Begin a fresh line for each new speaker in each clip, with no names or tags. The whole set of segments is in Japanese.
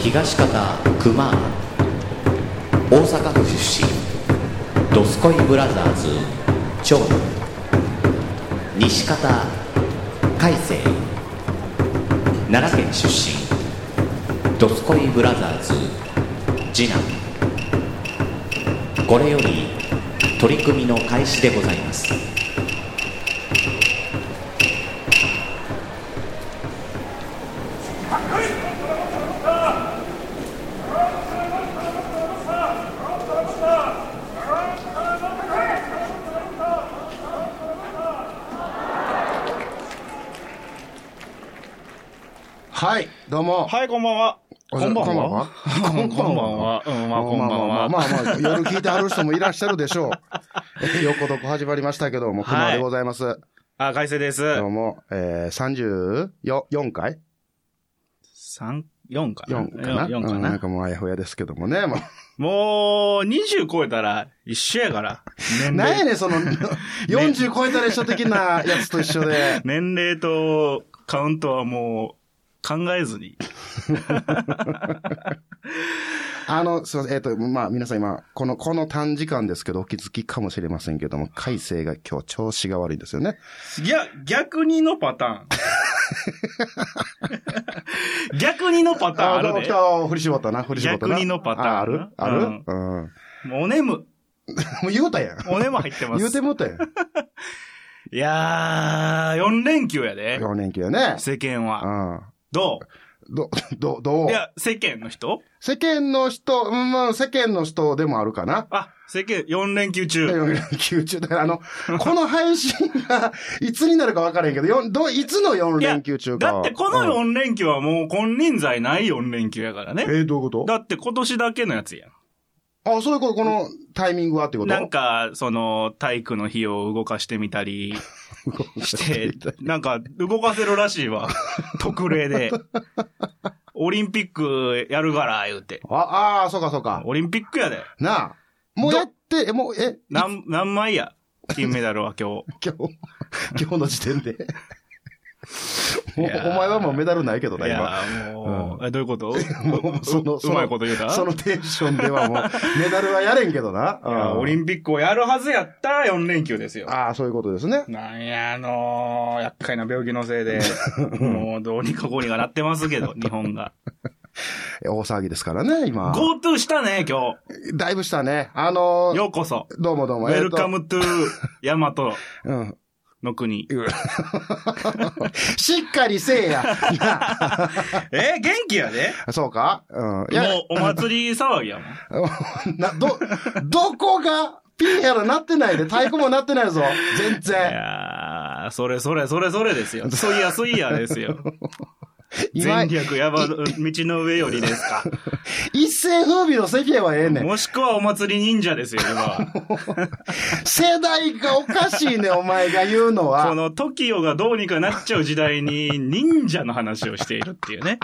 東方熊大阪府出身ドスコイブラザーズ長男西方海星奈良県出身ドスコイブラザーズ次男これより取り組みの開始でございます
はい、どうも。
はい、こんばんは。
お
こ
世
んばん
話
は。こんばんは。うん、まあ、こんばんは。
まあまあまあ、夜聞いてある人もいらっしゃるでしょう。 え横床始まりましたけども、熊
はい
でございます。
あ、改正です。
どうも、えー、34回
三四かな。
?4 かな
四か
うんなん
な。
かもうあやふやですけどもね。も
もう、20超えたら一緒やから。
う
年
なんや
齢。
ねん、そ の、40超えたら一緒的なやつと一緒で。
年齢とカウントはもう、考えずに。
あの、すいません、えっ、と、まあ皆さん今、この、この短時間ですけど、お気づきかもしれませんけども、改正が今日調子が悪いんですよね。
いや、逆にのパタ ーン。逆にのパターンあ
どう
る
も
で
来。たお振り絞ったな、振り絞ったな。
逆にのパターン
ああるあ
う
る
ん
うん。
もうおねむ。
もう言うたやん。
おねむ入ってま
言うて
す。
もうたやん。
いやー、4連休やで。
4連休やね。
世間
う
は。
ん。
ど
ど、ど、どう
ういや、世間の人
世間の人、うん、まあ、世間の人でもあるかな。
あ、世間4連休中。
4連休中だから、あの、この配信が、いつになるか分からへんけど、よんどういつの4連休中か。
だってこの
うん
4連休はもう金輪際ない4連休やからね。
えーどういうこと
だって今年だけのやつやん。
あ、そういうこと、このタイミングはってこと
なんか、その、体育の日を動かしてみ たりして、なんか、動かせるらし いわ。特例で。オリンピックやるから、言うて。
あ、あーそうかそうか。
オリンピックやで。
なあ。もうやって、えもう、え、
何、何枚や金メダルは今日。
今日、 今日の時点で。もう
い
お
やー
前はもうメダルないけど
い
な、今。
や、もう、えどういうこと
もうその、
うまいこと言うた
そのテンションで はもう、メダルはやれんけどな。
いや
うん
オリンピックをやるはずやったら4連休ですよ。
ああ、そういうことですね。
なんや、あのー、厄介な病気のせ いで、もうどうにかこうにかなってますけど、日本が。
え大騒ぎですからね、今。
GoTo したね、今
だいぶしたね。あの
日。
ー、
ようこそ。
どうもどう
ウ
も。
ェルカ
え
ムトゥヤマト
っとうん。
の国。
しっかりせえや。 な
えー元気やで
あそうかうん。いや、
もうお祭り騒ぎやも ん。
な、ど、どこが、ピンやらなってないで、太鼓もなってないぞ。全
い
然。
やー、それそれそれそれですよ。そいやそいやですよ。
今
全、略やば、道の上よりで すか。
一世風靡の世間はええねん。
もしくはお祭り忍者ですよ、今は。
世代がおかしいねん、お前が言うのは。
この TOKIO がどうにかなっちゃう時代に忍者の話をしているっていうね。
ね、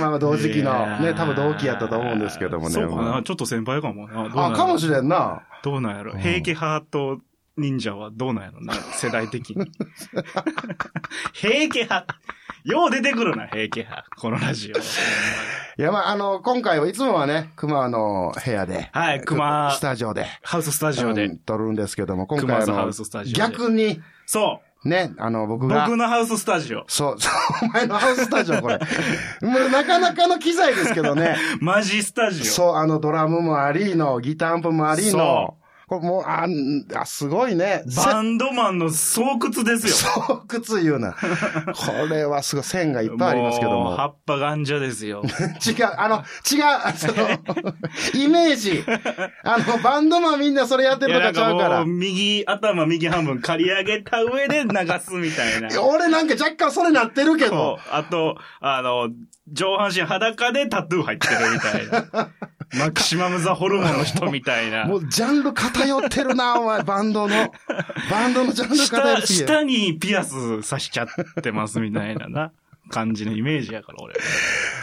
まあまあ同時期
い
の
や、ー
ね、多分同期やったと思うんですけどもね。
そうか
ま
な、ちょっと先輩かもな。どう
あ
なん
あ、
や
か
ろ
もしれんな。
どうなんやろ。平家派と忍者はどうなんやろな、世代的に。 平家派。よう出てくるな、平家派。このラジオ。
いや、まあ、あの、今回はいつもはね、熊の部屋で、
はい、熊
ス、タジオで、
ハウススタジオ
う
で
ん。撮るんですけども、今回
熊
あ
津ハウ
の
ススタ、ジオで
逆に、
そ
ね、あの、僕
う。
が、
僕のハウススタジオ。
そう、そう、お前のハウススタジオ、これ。もうなかなかの機材ですけどね。
マジスタジオ。
そう、あの、ドラムもありの、ギターアンプもありの
そ、
これもう、あん、あ、すごいね。
バンドマンの巣窟ですよ。
洞窟言う な。これはすごい、線がいっぱいありますけど
う
も。
葉っぱ頑丈ですよ。
違う、あの、違う、その、イメージ。あの、バンドマンみんなそれやって
い
るとか
や、なん
ちゃ
か
うから
もう、。右、頭右半分刈り上げた上で流すみ たいな。
俺なんか若干それなってるけ
そ
ど。
う。あと、あの、上半身裸でタトゥー入ってるみたい な。マキシマムザホルモンの人みたいな
も。うジャンル偏ってるな、お前、バンドの。バンドのジャンル偏
下、
りすぎる。
下にピアス刺しちゃってますみたい なな。感じのイメージやから、俺。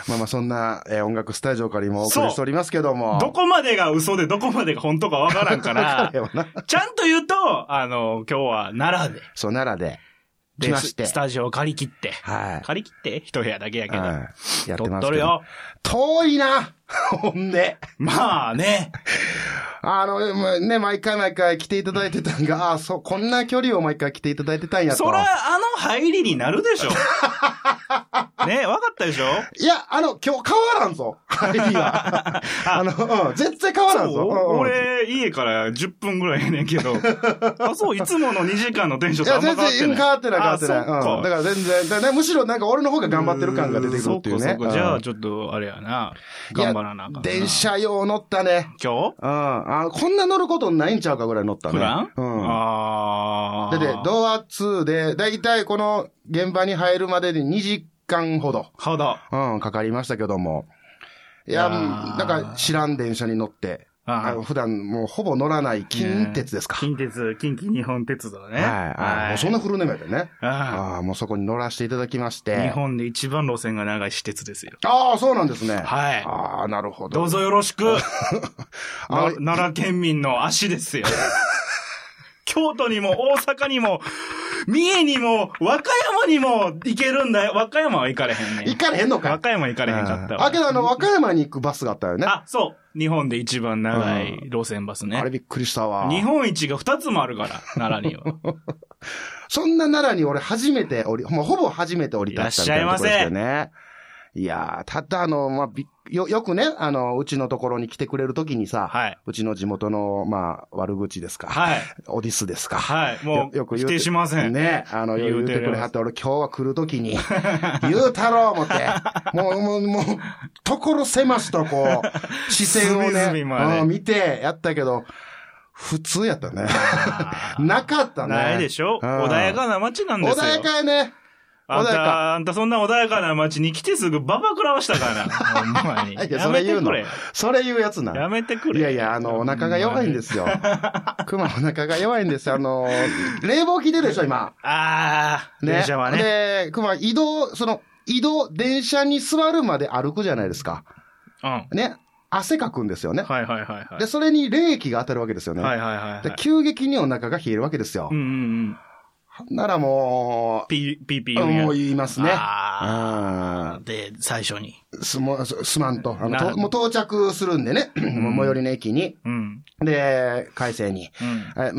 まあまあ、そんな、えー音楽スタジオから今お送りしておりますけども。
どこまでが嘘でどこまでが本当かわからんか
わかららへんわな。
ちゃんと言うと、あの、今日は奈良で、
そう、奈良で。
で
来まして
ススタジオ借り切って。
はい
借り切って一部屋だけやけど。
はい。やって
取
ま
っ
す
と
け
る
ど
よ。。
遠いなほんで。
まあね。
あの、まあね、毎回毎回来ていただいてたん が、あそう、こんな距離を毎回来ていただいてたんやと。
そら、あの入りにな るでしょ。ねわかったでしょ
いや、あの、今日変わらんぞ。はい、 は。あの、うん、絶対変わらんぞ。
そう
うんうん
俺、家から10分ぐらいやねん けど。あ、そう、いつもの2時間のテンション
い
とあ
や、
んま
全
変わ
然
ってない。
変わってない、変わってない。
あそっか
うん。だから全然、だからねむしろなんか俺の方が頑張ってる感が出てくるっていうね。
そかそかじゃ
う
あ、
ん
ちょっと、あれやな。頑張らなあかんな。
いや電車用乗ったね。
今日
うん。あこんな乗ることないんちゃうかぐらい乗ったね。
普段
うん。
あ
だ
あ。
って、ドア2で、だいたいこの現場に入るまでに2時間ほど、
はだ。
うん、かかりましたけども。い
い
や、
や
うんな
ー
んか知らん電車に乗って、
あー
あの普段もうほぼ乗らない近鉄ですか。
近鉄、近畿日本鉄道ね。
はい、はい。もうそんなフルネームやでね。
あ
ああ、もうそこに乗らせていただきまして。
あ日本で一番路線が長い私鉄ですよ。
ああ、そうなんですね。
はい
ああ、なるほど。
どうぞよろしく。
あ
な奈良県民の足ですよ。 京都にも大阪にも、三重にも、和歌山にも行けるんだよ。和歌山は行かれへんね
行。かれへんのか
和歌山行かれへんかった
あ、
わ
け。どあの、和歌山に行くバスがあったよね。あ,、
あ、そう。日本で一番長い路線バスね
れ。びっくりしたわ。
日本一が二つもあるから、奈良 には。
そんな奈良に俺初めて降り、もうほぼ初めて降り立ったみたいなところですよね。いやー、ただあの、まあ、びよ、よくね、あの、うちのところに来てくれるときにさ、
はいう
ちの地元の、まあ、悪口ですか、
はい。
オディスですか。
はい。も
よよく
う、
言
否
うて
定しません。
ね、あの、言
言
う
う
て
て
く
る
れはって、俺今日は来るときに、言うたろう思 って、もう、もう、もう、ところ狭しとこ う、視線をね、
隅々まで
うん見てやったけど、普通やった ね。なかったね。
ないでしょ
うん
穏やかな街なんですよ。
穏やかやね。穏
あん
やか。
た、あんたそんな穏やかな街に来てすぐババ食らわした からな。ほんまに。
いや、
や
そ
め
れ言
て
う
く
の
れ。。
それ言うやつな。
やめてくれ。。
いやいや、あの、お腹が弱いんです すよ。熊お腹が弱いんですよ。あの、冷房効いてるでしょ、今。
ああ、電車はね。
で、熊移動、その、移動、電車に座るまで歩くじゃないですか。
うん。はい
ね。汗かくんですよね。
はいはいはい。
で、それに冷気が当たるわけですよね。
はいはいはいはい
で。急激にお腹が冷えるわけですよ。
うんうんうん。
ならも
ピー、ピーピ
う、
ー言うんや
もう言いますね。
ああ。で、最初に。
うんすもうすすまんと。あの
な
ともう到着するんでね。もう最寄りの駅に。
うん。
で、改正に。
う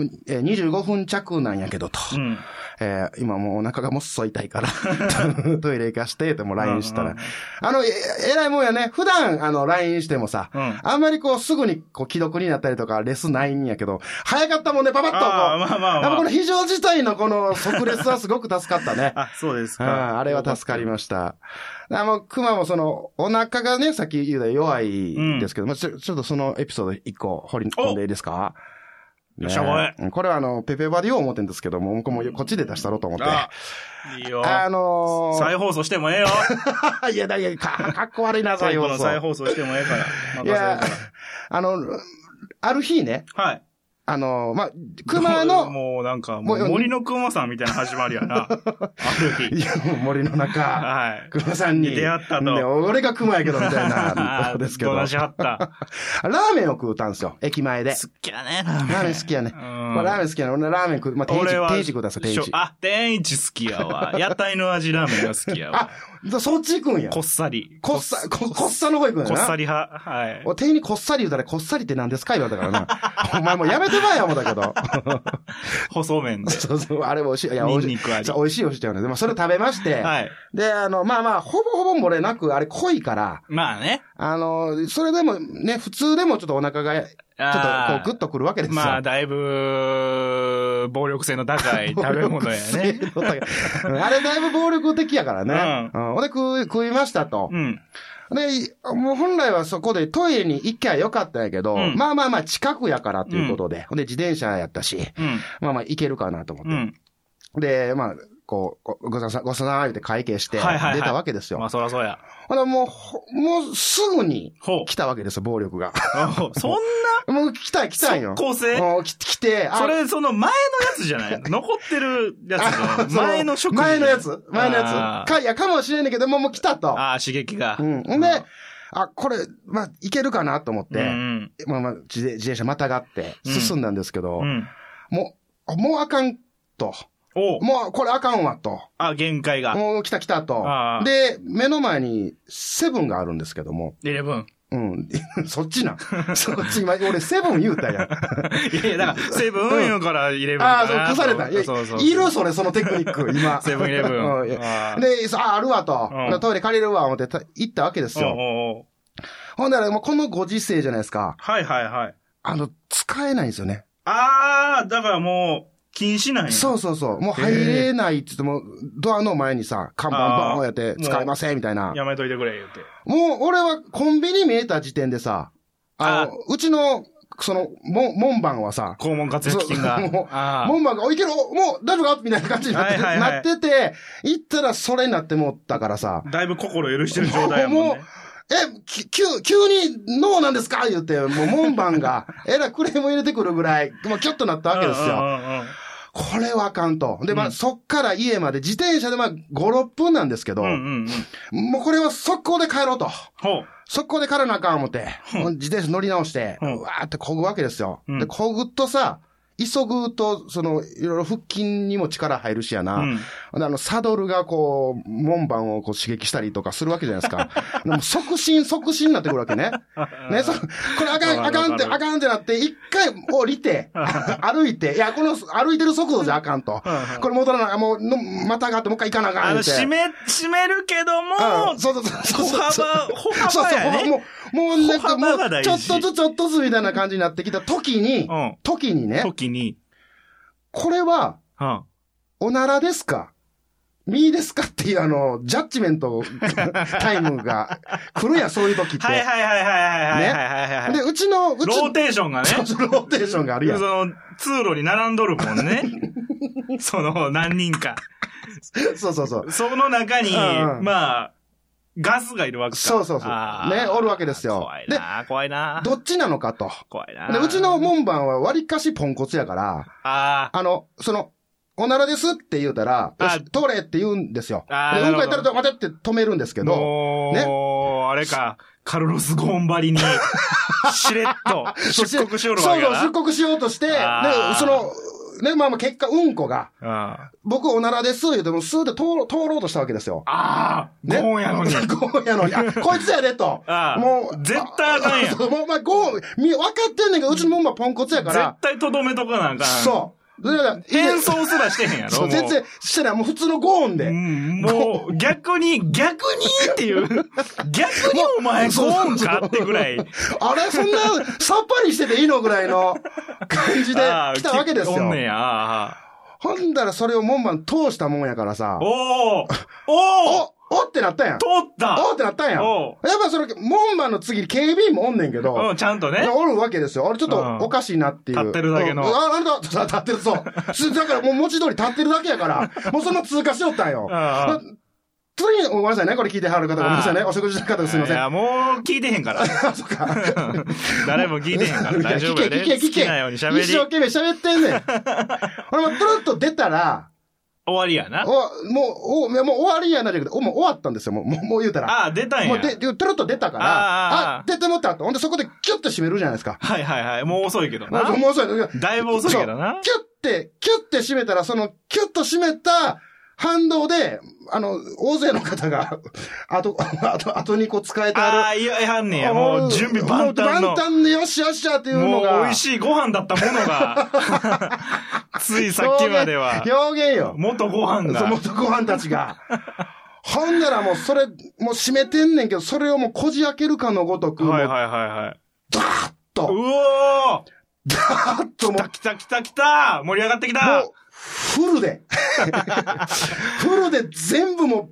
ん。
ええ25分着なんやけどと。
うん。
えー今もうお腹がもっそ痛い から、トイレ行かして、ってもう LINE した
う
ら
ん。
あの、ええらいもんやね。普段、あの、LINE してもさ、
うん
あんまりこう、すぐに、こう、既読になったりとか、レスないんやけど、早かったもんね、パパッとこう。
ああ、まあま
や
あ
っぱこ
ま。
の非常事態のこの即レスはすごく助かったね
あ。あ、そうです
うん、
か。
あれは助かりました。あの、熊もその、お腹がね、さっき言うた弱いですけど、まあちょちょっとそのエピソード一個掘り込んでいいですか
よっしゃお
う
い
んこれはあの、ペペバでよう思ってんですけども、僕もこっちで出したろうと思って。
あいいよ。
あのー、
再放送して もええよ。
いや、だいや、かかっこ悪いな、
最後の再
後
放送してもええから。任せ
い
る
や
か、
あの、ある日ね、
らはい。
あの、まあ、熊の、
もうなんか、
も
も
う
う森の熊さんみたいな始まりや な。ある
い
日。
や森の 中、
はい。
熊さんに
出会ったと
ね俺が熊やけど、みたいな
あ、ー
ですけど。
ど
ラ
なしはった。
ーメンを食うたんですよ、駅前で。
好きやね、ラ
ラーメン好きやね。
うん
まあラーメン好きやね。俺ラーメン食う。まあ、定
俺
時、
は、
定時食うたんですよ、定
しょ
時。
あ、天一好きや わ。屋台の味ラーメンが好きやわ。
あ、そっち行くんや。
こっさり。
こっさ、ここっさの方行くんや
こっ
な。
さり派。はい。
お店員にこっさり言うたら、こっさりって何ですか言われたから な。お前もうやめてまえよ、思ったけど。
細麺で。
そうそう、あれ美味しい。いや、美
ニ
味
ン
しい。
ニク味
そう。美味しい美味しいって言うので、まあ、それ食べまして。
はい。
で、あの、まあまあ、ほぼほぼ漏れなく、あれ濃いから、
まあね。
あの、それでもね、普通でもちょっとお腹が、ちょっとこ
あー
うグッとくるわけですよ。
まあ、だいぶ、暴力性の高 い食べ物やね。
うん あれだいぶ暴力的やからね。うん。ほんで食い、食いましたと
う。ん。
で、もう本来はそこでトイレに行きゃよかったんやけど、
うん
まあまあまあ近くやからっていうことで、ほんで自転車やったし、
うん。
まあまあ行けるかなと思
う
っ
ん。
て。で、まあ、こう、ごごさん、ごさん言って会計して、出
はいはいはい
たわけですよ。
まあ、そらそうや。
ほんでもうほ、もうすぐに
ほう
来たわけですよ、暴力 が。
おそんな
もう来た、来たんよ。
速攻性
もう来来て、あ
それ、その前のやつじゃないの残ってるやつじゃ
あ
ない
そ
前の食事。
前のやつ前のや
あ
つ
ー
か、いや、かもしれんねんけど、もうもう来たと。
ああ、刺激が。
うん。んで、あ、これ、まあ、いけるかなと思っ
う
て、
ん
まあまあ、自転自転車またがって
うん
進んだんですけど、
うん。
もう、あもうあかんと。
おう
もうこれあかんわと。
あ、限界が。
もう来た来たと
ああ。
で、目の前にセブンがあるんですけども。
イレブン。
うん。 そっち な。そっち、今、俺セブン言うたやん。
いやいや、だから、セブン言うからイレブン
ああ、
か
そう、
な
消
と。
された。いや
そうそう。
いる、それ、そのテクニック、今。
セブンイレブ ン
うんいや
あー
で、そうああ、るわと
うん。
トイレ借りるわ、思ってた行ったわけです
おう
よ。
おうおう
ほんなら、もうこのご時世じゃないですか。
はいはいはい。
あの、使えないんですよね。
あー、だからもう、禁止なんや。。
そううそうそう。もう入れないって言っても、ドアの前にさ、看板
あ
バ
ー
ーンやって、使えません、みたいな。
やめといてくれ、言うて。
もう、俺はコンビニ見えた時点でさ、あの、うちの、その、も門番はさ、
肛門活躍金
そう もう
が。
門番が、おいける、おもう、大丈夫かみたいな感じになって,、
はいはいはい
なってて、行ったらそれになってもったからさ、
だいぶ心許してる状態やもん
も
ね。
え、き急、急に、ノーなんですか言って、もう門番 が、えらいクレーム入れてくるぐらい、まあ、キョッとなったわけです
うんう
よ。
んうんうん
これはあかんと。で、ま
う
あ、
ん
そっから家まで、自転車でまあ、5、6分なんですけど、
うんうんうん。
もうこれは速攻で帰ろうと。
ほう。
速攻で帰らなあかん思って、自転車乗り直して、
うん
うわーってこぐわけですよ。
うん
で、こぐとさ、急ぐと、その、いろいろ腹筋にも力入るしやな。
うん
であの、サドルがこう、門番をこう刺激したりとかするわけじゃないです か。でも促進、促進になってくるわけね。ね、そ、これあかん、
わ
あ
か
か
る
んって、
わかる
あかんってなって、一回降り て、歩いて、いや、この歩いてる速度じゃあかんと
うんうん。
これ戻らなあかん、もうの、またがあって、もう一回行かなあか
あ
ん
の、
って。
締め、締めるけども、
うんそうそうそう
歩
そう。
幅、歩
そうそ
幅
う、
やね。
もう、もうなんか、
歩
も
幅が
う、
大
ちょ
事
っとずつちょっとずつみたいな感じになってきた時に、
うん
時にね、
時に、
これは、
うん
おならですかミーですかっていう、あの、ジャッジメントタイム が来るやん、そういう時って。
はいはいはいはいはいはいはいはいはい。
で、うちの、うち
ロ
の
ー、テーションがね。
そうそうローテーションがあるやん。
その、通路に並んどるもん ね。その、何人か。
そうそうそう。
その中に、
うんうん
まあ、ガスがいるわけか。
そうそうそう
あ
ね
ー
おるわけですよ
怖いな怖いな
どっちなのかと。
怖いな
で、うちの門番は割かしポンコツやから、
あ
あの、その、おならですって言うたら、
あ
よし通れって言うんですよ。で、
あー
うんこやった
なるほ
ら、
ど
待てって止めるんですけ
あ、
ど、
もう、あれか、カルロス・ゴーンバリに、しれっ と、出国しよるわけ
そ
や
う
な。
そう、出国しようとして、で
あー、
その、ね、まあまあ結果、うんこが、
あ
僕おならです、言うても、スーで通ろう通ろうとしたわけですよ。
あー、
ね、
ゴーンやのに。
ゴーンやのに。 あ、こいつやでと。
ああ
もう。
絶対あかんや ん
そうもうお前ゴーン、み分かってんねんけど、うちのもんはポンコツやか
絶
ら。
対とどめとかなあかん。
そう。だから
変装すらしてへんやろ。
そう、
もう
全然、してない。もう普通のゴーンで。
うんもう、逆に、逆にっていう、逆にお前、
そう
ゴーンかってぐらい。
あれ、そんな、さっぱりしてていいのぐらいの感じで
あー
来たわけです
お
よ
ん。ねや。あ
ほんだらそれを門番通したもんやからさ
ー。おーおお
おおってなったやん。
通った
おーってなったんやん。やっ
お
ぱそれ、門番の次に警備員もおんねんけど、
うん、ちゃんとね。
おるわけですよ。あれちょっ
うん
とおかしいなっていう。
立ってるだけの
うんあ、あなた、立ってる、そう。すだからもう文字通り立ってるだけやから、もうその通過しよったんよ。
あ
次に、ごめんなさいね、これ聞いてはる方、ごめんなさいね、お食事の方すいませ
い
ん。あ、
や、もう聞いてへんから。
そっか。
誰も聞いてへんから大丈夫や
聞
で。
け、聞け、
好
聞け。
きなように喋り。
一生
終
懸命喋ってん ねん。俺もうプルッと出たら、
わりやな。
お、もう、お、いやもう終わりやなじゃなくて、お、もう終わったんですよ、もう、もうもう言うたら。
ああ、出たん
も
や
う。で、でトゥルッと出たから、
あー
あ、出てもったと。ほんで、そこでキュッと締めるじゃないですか。
はいはいはい。もう遅いけどな。
もうそうや
だいぶ遅いけどな。
キュッて、キュッて締めたら、その、キュッと締めた反動で、あの、大勢の方が、あと、あと、あと2個使えて
あ
あ
あ、いや、やんね
る。
や。もう準備万端
も
の
う。万端でよっしゃよっしゃっていう
も
の
う
が。
美味しいご飯だったもの が、ついさっきまでは、
表現よ。
元ご飯
そ
が
の、ご飯たちが。 ほんならもうそれ、もう締めてんねんけど、それをもうこじ開けるかのごとく、
はい
もう
はいはいはい。
ダーッ
う
と、
おー
ダーッともう
来た来た来た盛り上がってきた
もう、フル で。フルで全部もう、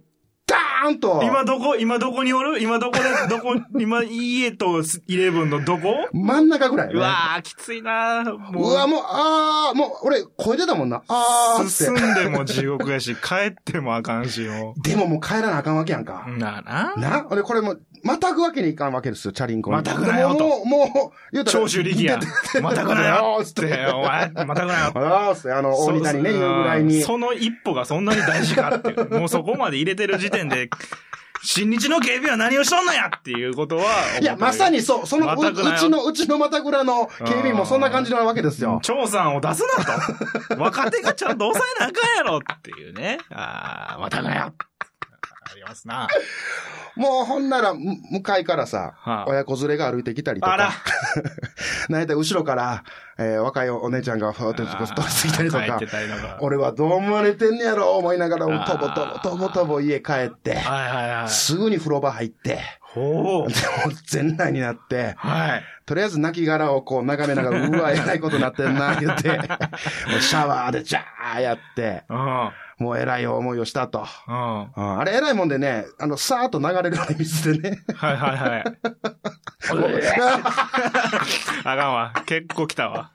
ダーンと。
今どこ、今どこにおる今どこで、どこ、今家とスイレブンのどこ
真ん中ぐらい、ね。
うわー、きついなー
う
も
わ、
う、
もう、あー、もう、俺、声出たもんな。あー
進
って。
んでも地獄やし、帰ってもあかんし、も
でももう帰らなあかんわけやんか
う。。なあな。
な俺、これもう、またぐわけにいかんわけですよ、チャリンコに
またぐなよと
もう、もう、もう言うたら。
長州力や
で。で
またぐなよ
で
つって、 お前、またぐなよ
あーっつって、あの、大仁田にね、
そ
言うぐらいに。
その一歩がそんなに大事かっていう。もうそこまで入れてる時点で、 新日の警備は何をしとんのやっていうことは。
いや、まさにそう、その
ま
う
た
う
ぐなよ
ちの、うちのまたぐらの警備員もそんな感じなわけですよ。
長さんを出すなと。若手がちゃんと抑えなあかんやろっていうね。ああ、またなや。ありますな。
もうほんなら、む向かいからさ、
はあ
親子連れが歩いてきたりと
あら
か、。なんやったら後ろから、えー若いお姉ちゃんがふわっと通り過ぎたりと
帰って
か、
たりとか。
俺はどう思われてんねやろ思いながら、
あ
とぼとぼとぼとぼ家帰って、
はいはいはい。
すぐに風呂場入って、
ほう。
もう全裸になって、
はい。
とりあえず泣き殻をこう眺めながら、うわ、えらいことなってんな、言 って、もうシャワーでジャーやって、
うん。
もうえらい思いをしたと。
うん。は
うんあれえらいもんでね、あの、さーっと流れるような水 でね。
いはいはい。あかんわ。結構来たわ。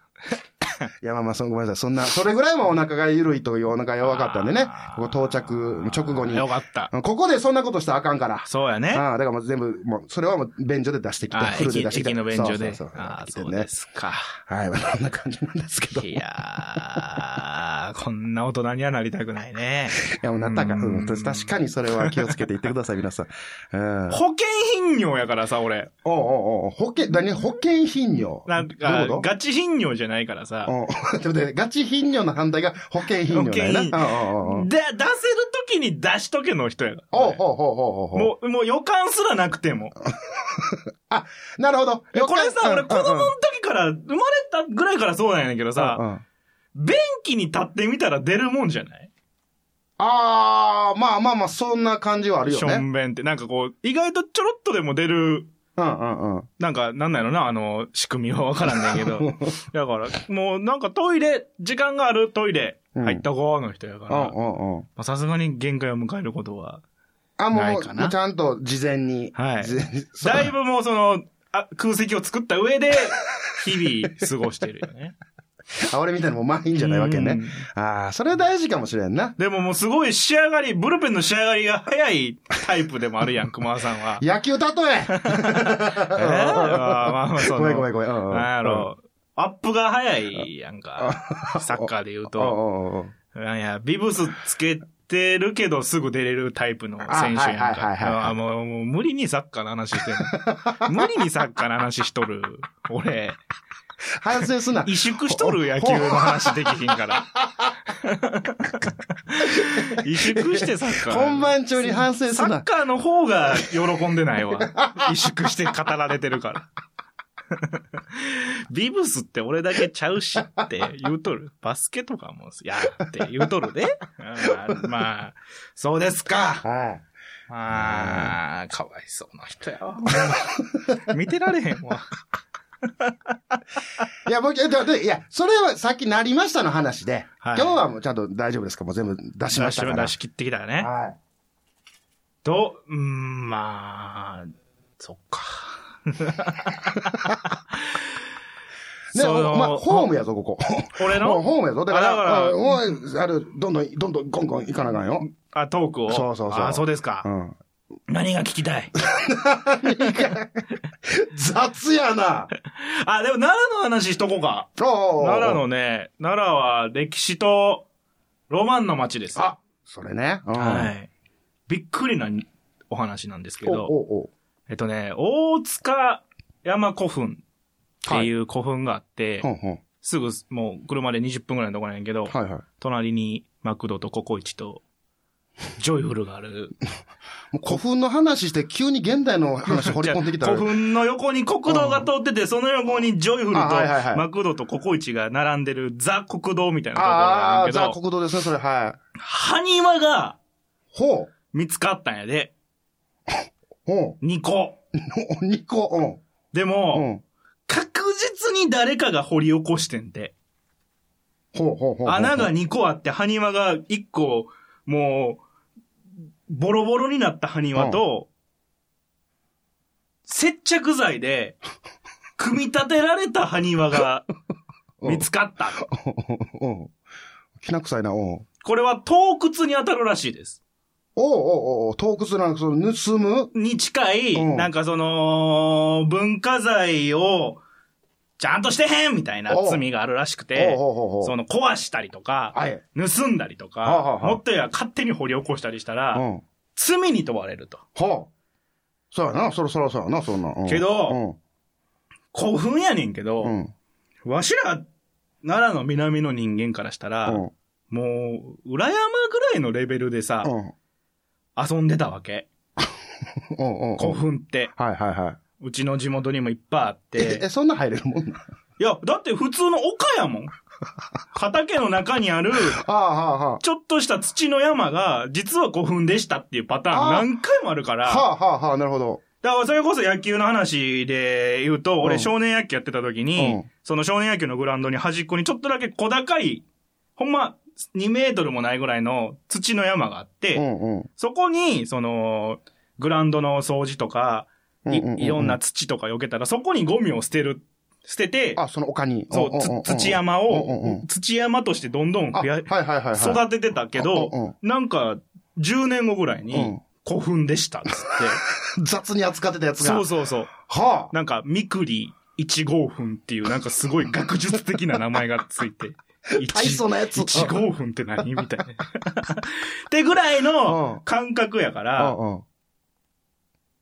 いや、まあまあ、そごめんなさい。そんな、それぐらいはお腹が緩いというお腹が弱かったんでね
あ、ー
ここ到着直後に。
よかった。
ここでそんなことしたらあかんから。
そうやね。
ああ、だからもう全部、もう、それはもう便所で出してきて、
あ
フル
駅
で出してきて。
駅の便所で。
そうそうそう
あ
出してき
そう
てね
ですか。
はい、まあ、こんな感じなんですけど。
い
い
やー、こんな大人にはなりたくない ね。
や、もうなったか、
うん
うん、確かにそれは気をつけていってください、皆さん。うん。
保険頻尿やからさ、俺。
おうおうおう保険、何保険頻尿。
なん
どうい
か
うこ、と
ガチ頻尿じゃないからさ。
おうちょっと待ってガチ頻尿の反対が保険頻尿だよな。
保
お
険
うおうおうおう
で、出せるときに出しとけの人やから。
おうほうほうほうほうほう。
もう、もう予感すらなくても。
あ、なるほど。
これさ、俺
うん
子供の時から、生まれたぐらいからそうなんやねんけど
うん
さ、
うん
便器に立ってみたら出るもんじゃない
あー、まあまあまあ、そんな感じはあるよ
しょ
ね。
んべんって。なんかこう、意外とちょろっとでも出る、
うんうんうん。
なんか、なんなんやろな、あの、仕組みはわからんね んけど。だから、もうなんかトイレ、時間があるトイレ、
うん
入ったこうの人やから、
うん
ま
うんうん。
あさすがに限界を迎えることは。
あ、もう、
ない
も
かな
うちゃんと事前に。
はい
事前に
だいぶもうその、あ空席を作った上で、日々過ごしてるよね。
あ、俺みたいにもう満 員じゃないわけね。
う
あー、それ大事かもしれんな。
でももうすごい仕上がり、ブルペンの仕上がりが早いタイプでもあ るやん、熊田さんは。
野球例 え
えーまあまあまあその
ごめんごめんごめん。うんうん
なんやろ。アップが早いやんか。 サッカーで言う
うん
と。
うんうんうん
なんや、ビブスつけてるけどすぐ出れるタイプの選手やん
あはいはいはいはいはい
か。あもうもう無理にサッカーの話してる。無理にサッカーの話しとる。 俺、
反省すな。
萎縮しとる野球の話できひ んから。萎縮してサッカー。
本番中に反省す
サ
な
ッ。カーの方が喜んでな いわ。萎縮して語られてるから。 ビブスって俺だけちゃうしって言うとる。バスケとかもやって言うとるで。うんまあ、そうですか。
はい。
まあ、かわいそうな人や わ。見てられへんわ。
いや、僕、ででいや、それはさっきなりましたの話で、
はい
今日はもうちゃんと大丈夫ですかもう全部出しましたから。
出し切ってきたよね。
はい。
と、うーん、まあ、そっか。
ね、
その
まあ、ホームやぞ、ここ。
俺
もう
の
ホームやぞ。だから、
あだから
あもうある、どんどん、どんどん、ゴンゴン行かなあかんよ。
あ、トークを。
そうそうそう
あ、そうですか。
うん。
何が聞きたい
雑や な
あ、でも奈良の話しとこうか。
おうおうおう
奈良のね、奈良は歴史とロマンの街です。
あ、それね。うん
はい。びっくりなお話なんですけ
おう
ど、
おうおう
えっとね、大塚山古墳っていう古墳があって、
ほんほん。
すぐもう車で20分ぐらいのところなんやけど、
はいはい。も
隣にマクドとココイチと、ジョイフルがある。
う古墳の話して、急に現代の話掘り込んできたら。
古墳の横に国道が通ってて、その横にジョイフルと
あはいはいはい
マクドとココイチが並んでるザ国道みたいなところが
あ
あ
あ
る
ー、
んや
ザ・
けど、
国道ですね、それ、はい。
埴輪が
ほう。
見つかったんやで、
ほ
2個。
う。2個、
で
うん。う
も、
ん。
確実に誰かが掘り起こしてんで、
ほうほうほうほう。
穴が2個あって埴輪が1個、もう、ボロボロになった埴輪と、接着剤で、組み立てられた埴輪が見つかった。
うん。うん。きな臭いな、うん。おう
これは洞窟に当たるらしいです。
おうおうおう、洞窟なんか、その、盗む
に近い、
うん
なんかその、文化財を、ちゃんとしてへんみたいな罪があるらしくて、
おうおうおうおう
その壊したりとか、
はい。
盗んだりと
はあは
か、
あはあ
もっとや勝手に掘り起こしたりした
う
ら、
ん。
罪に問われると。
はあ。そうやな、そろそろそうやな、そんな。うん
けど、古墳やねんけど、
うん。うん。
わしら、奈良の南の人間からしたら、
うん。
もう、裏山ぐらいのレベルでさ、
うん。
遊んでたわけ。
うん。うん。
古墳って。
はいはいは
うちの地元にもいっぱいあっ
い。え、え
て。
そんな入れるもんな。
いや、だって普通の丘や もん。畑の中にある、
ああ、はあ、はあ。
ちょっとした土の山が、実は古墳でしたっていうパターン
あ
何回もあるから、
はあはあはあ、なるほど。
だからそれこそ野球の話で言うと、
う
俺
ん
少年野球やってた時に、
うん
その少年野球のグラウンドに端っこにちょっとだけ小高い、ほんま2メートルもないぐらいの土の山があって、
うんうん。
そこに、その、グラウンドの掃除とか、い,、
うんうんうんうん
いろんな土とか避けたら、そこにゴミを捨てる、捨てて、
あ、その丘に。んん
そ
ん
う、
ん
つ土山
うんうんう
を
ん、
土山としてどんどん
あ、
増や
はいはいはいはい。
育ててたけど
うんうん、
なんか、10年後ぐらいに、古墳でした、つって。
雑に扱ってたや つが。
そうそうそう。
はあ。
なんか、ミクリ1号墳っていう、なんかすごい学術的な名前がついて。
大層なやつ。
1号墳って何みたいな。ってぐらいの感覚やか
う
ら
ん、うん。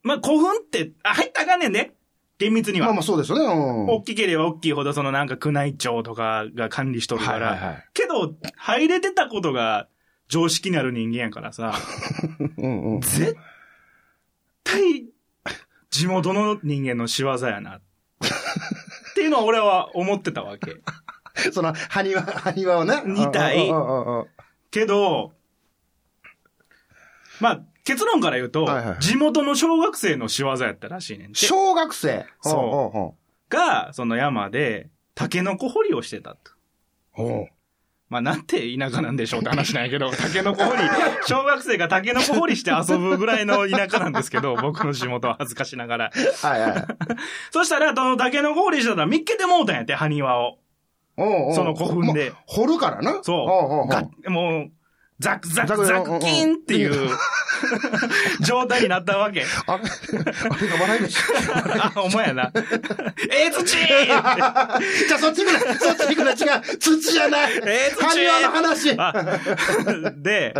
まあ古墳って、あ、入ったらあかんねんで。厳密に
まあ
は
ま。あそうですよね。うん。
大きければ大きいほど、そのなんか宮内庁とかが管理しとるか
はいはいは
ら
い。
けど、入れてたことが常識になる人間やからさ、
うんうん。
絶対、地元の人間の仕業やな。っていうのは俺は思ってたわけ。
その、埴輪、埴輪をね。
二体
うんうんうんうん。
けど、まあ、結論から言うと、
はいはい
地元の小学生の仕業やったらしいねんて。
小学生。
そが、その山で、タケノコ掘りをしてたと。
うん。うんうん。うん
まあ、なんて田舎なんでしょうって話なんや けど、タケノコ掘り、小学生がタケノコ掘りして遊ぶぐらいの田舎なんですけど、僕の地元は恥ずかしながら。
はいはい。
そしたら、そのタケノコ掘りしてたら見っけてもうたんやって、埴輪を。
おうおう
その古墳で
ま掘るからな。
そう
おうおうおう
がもう、ザクザ
ザ
ク
ク
ザクキーンっていう
うん う
う状態になったわけ。
あれあれが笑い飯。
あ、お前やな。えー、土ーって
じゃあそっち行くな、そっち行くな、違う。土じゃない。
えー土
埴輪の話。うん
あで、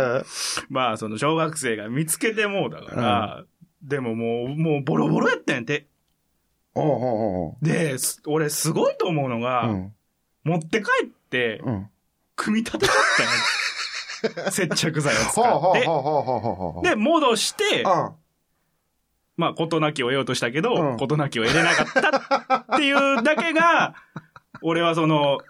まあ、その小学生が見つけてもうだから、でももう、もうボロボロやったんやて。
おうおうおう
で、す俺すごいと思うのが、
うん
持って帰って、
うん。
組み立てちゃったん や。接着剤を
ほうほう
使って。
ほうほうほうほうほう。
で、戻し
う
て、
ん。
まあ、事なきを得ようとしたけ
う
ど、
ん
事なきを得れなかったっていうだ けが、俺はその、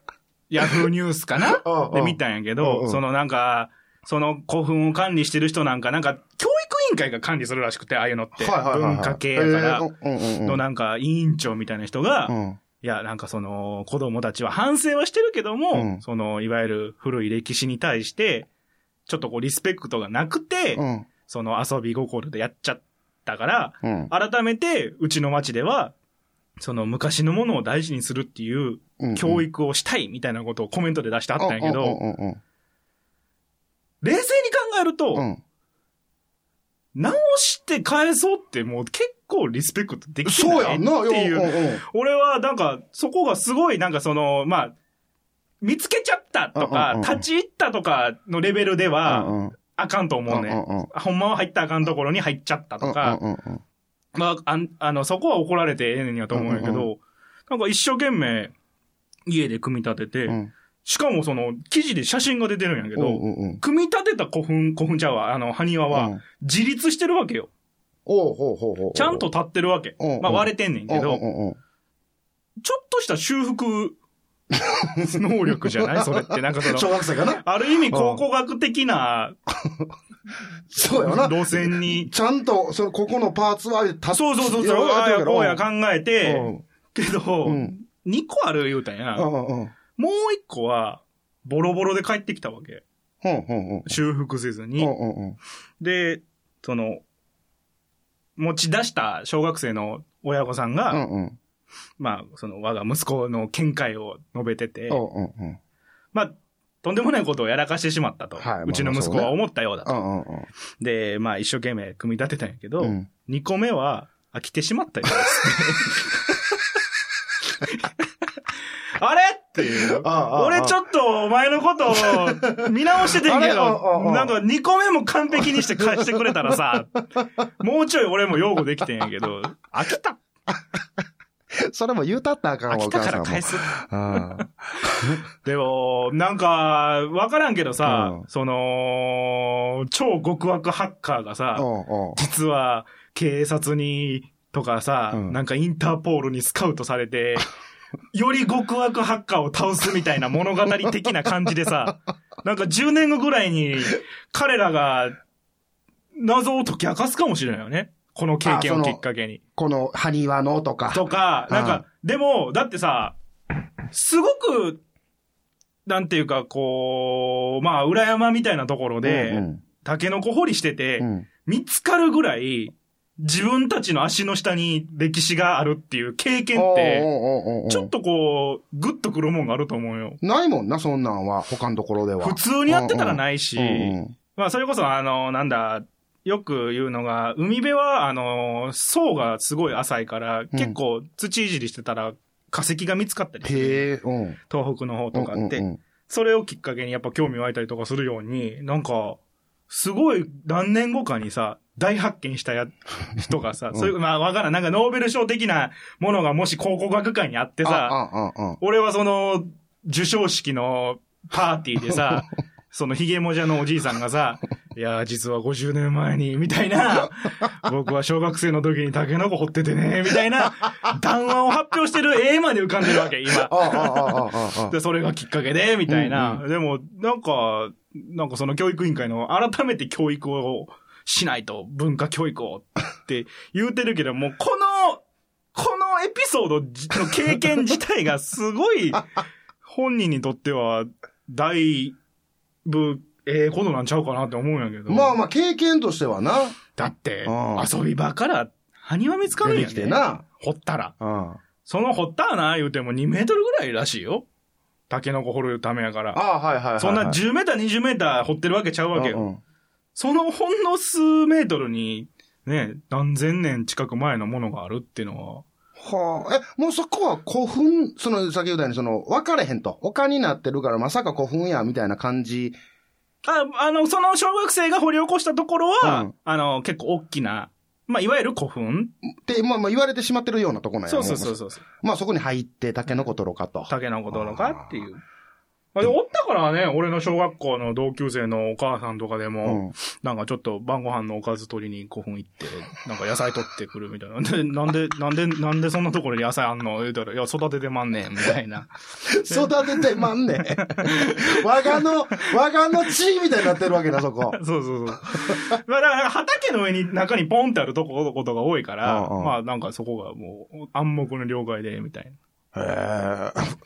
ヤフーニュースかな
うん
で見たんやけ
うんう
ど、
ん
そのなんか、その古墳を管理してる人なんか、なんか、教育委員会が管理するらしくて、ああいうのって。
はいはいはいはい
文化系やから
えー、うんうんうん
のなんか、委員長みたいな人が、
うん
いや、なんかその、子供たちは反省はしてるけども、
うん
その、いわゆる古い歴史に対して、ちょっとこう、リスペクトがなくて、
うん
その遊び心でやっちゃったから、
うん
改めて、うちの町では、その昔のものを大事にするっていう
うん
教育をしたいみたいなことをコメントで出してあったんやけ
うん
ど、
うんうん
冷静に考える
う
と、
ん
直して返そうってもう結構リスペクトで
うん。
きて
そう
な
や
いっ
んな、よ
ていう、
う
俺はなんかそこがすごいなんかその、まあ、見つけちゃったと
うん
か
うんう、ん
立ち入ったとかのレベルで
ん
は、
うん。
あかんと思う
うん
ね
うんうん。
ほんまは入ったらあかんところに入っちゃったとか、
うんうんうんうん
まあ、あんあの、そこは怒られてええねんやと思うんやけど、
うん
なんか一生懸命家で組み立てて、
うん
しかもその記事で写真が出てるんやけど、
うんうんうん
組み立てた古墳、古墳ちゃうわ、あの、埴輪
う
は
ん、
自立してるわけよ。
おうほうほうほう
ちゃんと立ってるわけ
うん。
まあ割れてんねんけ
うんう
ど、
んうんうん
ちょっとした 修復能力じゃないそれって。なんかそ
小
の、
学生かな
ある意味考古学的な
そうやな。
路線 に、
ちゃんと、その、ここのパーツは、た
そうそうそう、
や
そうああやこうや考
ん
えて、けど
う、ん
2個ある言うたんやな。
うんうんうん。
もう一個は、ボロボロで帰ってきたわけ。
うんうんうん。
修復せず
う
に。
んうんうん。
で、その、持ち出した小学生の親御さんが、
うんうん。
まあ、その我が息子の見解を述べてて、
うんうんうん。
まあ、とんでもないことをやらかしてしまったと。
はいう
ちの
まあ
息子は思ったようだ
う
と。
んうん
で、まあ一生懸命組み立てたんやけど、
うん。う
二
ん
2個目は飽 きてしまったようですね。あれっっていう。
ああああ
俺ちょっとお前のことを見直しててん
あ
け
れあ
ど
ああ、
なんか2個目も完璧にして返してくれたらさ、もうちょい俺も擁護できてんやけど、飽きた、
それも言うたったらあかんわ、
飽
お
きた
母さん
か
も。
ら返す。
うん
でも、なんか、わからんけどさ
う、ん
その、超極悪ハッカーがさ、
おうおう
実は警察にとかさ、
うん
なんかインターポールにスカウトさ れて、より極悪ハッカーを倒すみたいな物語的な感じ でさ、なんか10年後ぐらいに彼らが謎を解き明かすかもしれないよね。この経験をきっかけに。
この、ハニワのとか。
とか、
うん
なんか、でも、だってさ、すごく、なんていうか、こう、まあ、裏山みたいなところで、
うん
タケノコ掘りしてて、
うんうん
見つかるぐらい、自分たちの足の下に歴史があるっていう経験っ
お
て、
うおうおうおう
ちょっとこう、グッとくるもんがあると思うよ。
ないもんな、そんなんは。他のところでは。
普通にやってたらないし
う、ん
まあそれこそあの、なんだ、よく言うのが、海辺はあの、層がすごい浅いから、結構土いじりしてたら化石が見つかったり
へ
して、
え、うん。
東北の方とかって、
うんうんうん
それをきっかけにやっぱ興味湧いたりとかするように、なんか、すごい何年後かにさ、大発見したや、人が
う
さ、
ん
そういう、まあわからん、なんかノーベル賞的なものがもし考古学会にあってさ、
あああああ
俺はその、受賞式のパーティー でさ、そのヒゲもじゃのおじいさんがさ、いやー、実は50年前に、みたいな、僕は小学生の時にタケノコ掘っててね、みたいな、談話を発表してる絵まで浮かんでるわけ、今。
ああああああああ
で、それがきっかけで、みたいな。
うん
でも、なんか、なんかその教育委員会の改めて教育をしないと、文化教育をって言うてるけど、もうこの、 このエピソードじの経験自体がすごい、本人にとっては、だいぶ、ええことなんちゃうかなって思うんやけど。
まあまあ、経験としてはな。
だって
うん、
遊び場から、埴輪見つかるん
出
や
てきて
で。
な。
掘ったら。
うん
その掘った穴言うても2メートルぐらいらしいよ。タケノコ掘るためやから。
ああ、はいはいはいはい。
そんな10メーター、20メーター掘ってるわけちゃうわけよ。
うんうん
そのほんの数メートルに、ね、何千年近く前のものがあるっていうのは、
はあ。え、もうそこは古墳、その、先ほどにその、分かれへんと。丘になってるから、まさか古墳や、みたいな感じ。
あ、あの、その小学生が掘り起こしたところは、
うん
あの、結構大きな、まあ、いわゆる古墳
って、まあまあ言われてしまってるようなとこなんや
そうそうそううそう。
まあそこに入って、タケノコ取ろうかと。
タケノコどうのかっていう。まあ、でおったからね、俺の小学校の同級生のお母さんとかで
う
も、
ん。
なんかちょっと晩ご飯のおかず取りに古墳行って、なんか野菜取ってくるみたいな。で、なんで、なんで、なんでそんなところに野菜あんの言うたら、いや、育ててまんねん、みたいな。
育ててまんねん。 我がの、我がの地みたいになってるわけだ、そこ。
そうそうそう。まあだからなんか畑の上に中にポンってあるとこことが多いから、
うんうん
まあなんかそこがもう暗黙の了解で、みたい
へ
な。
え。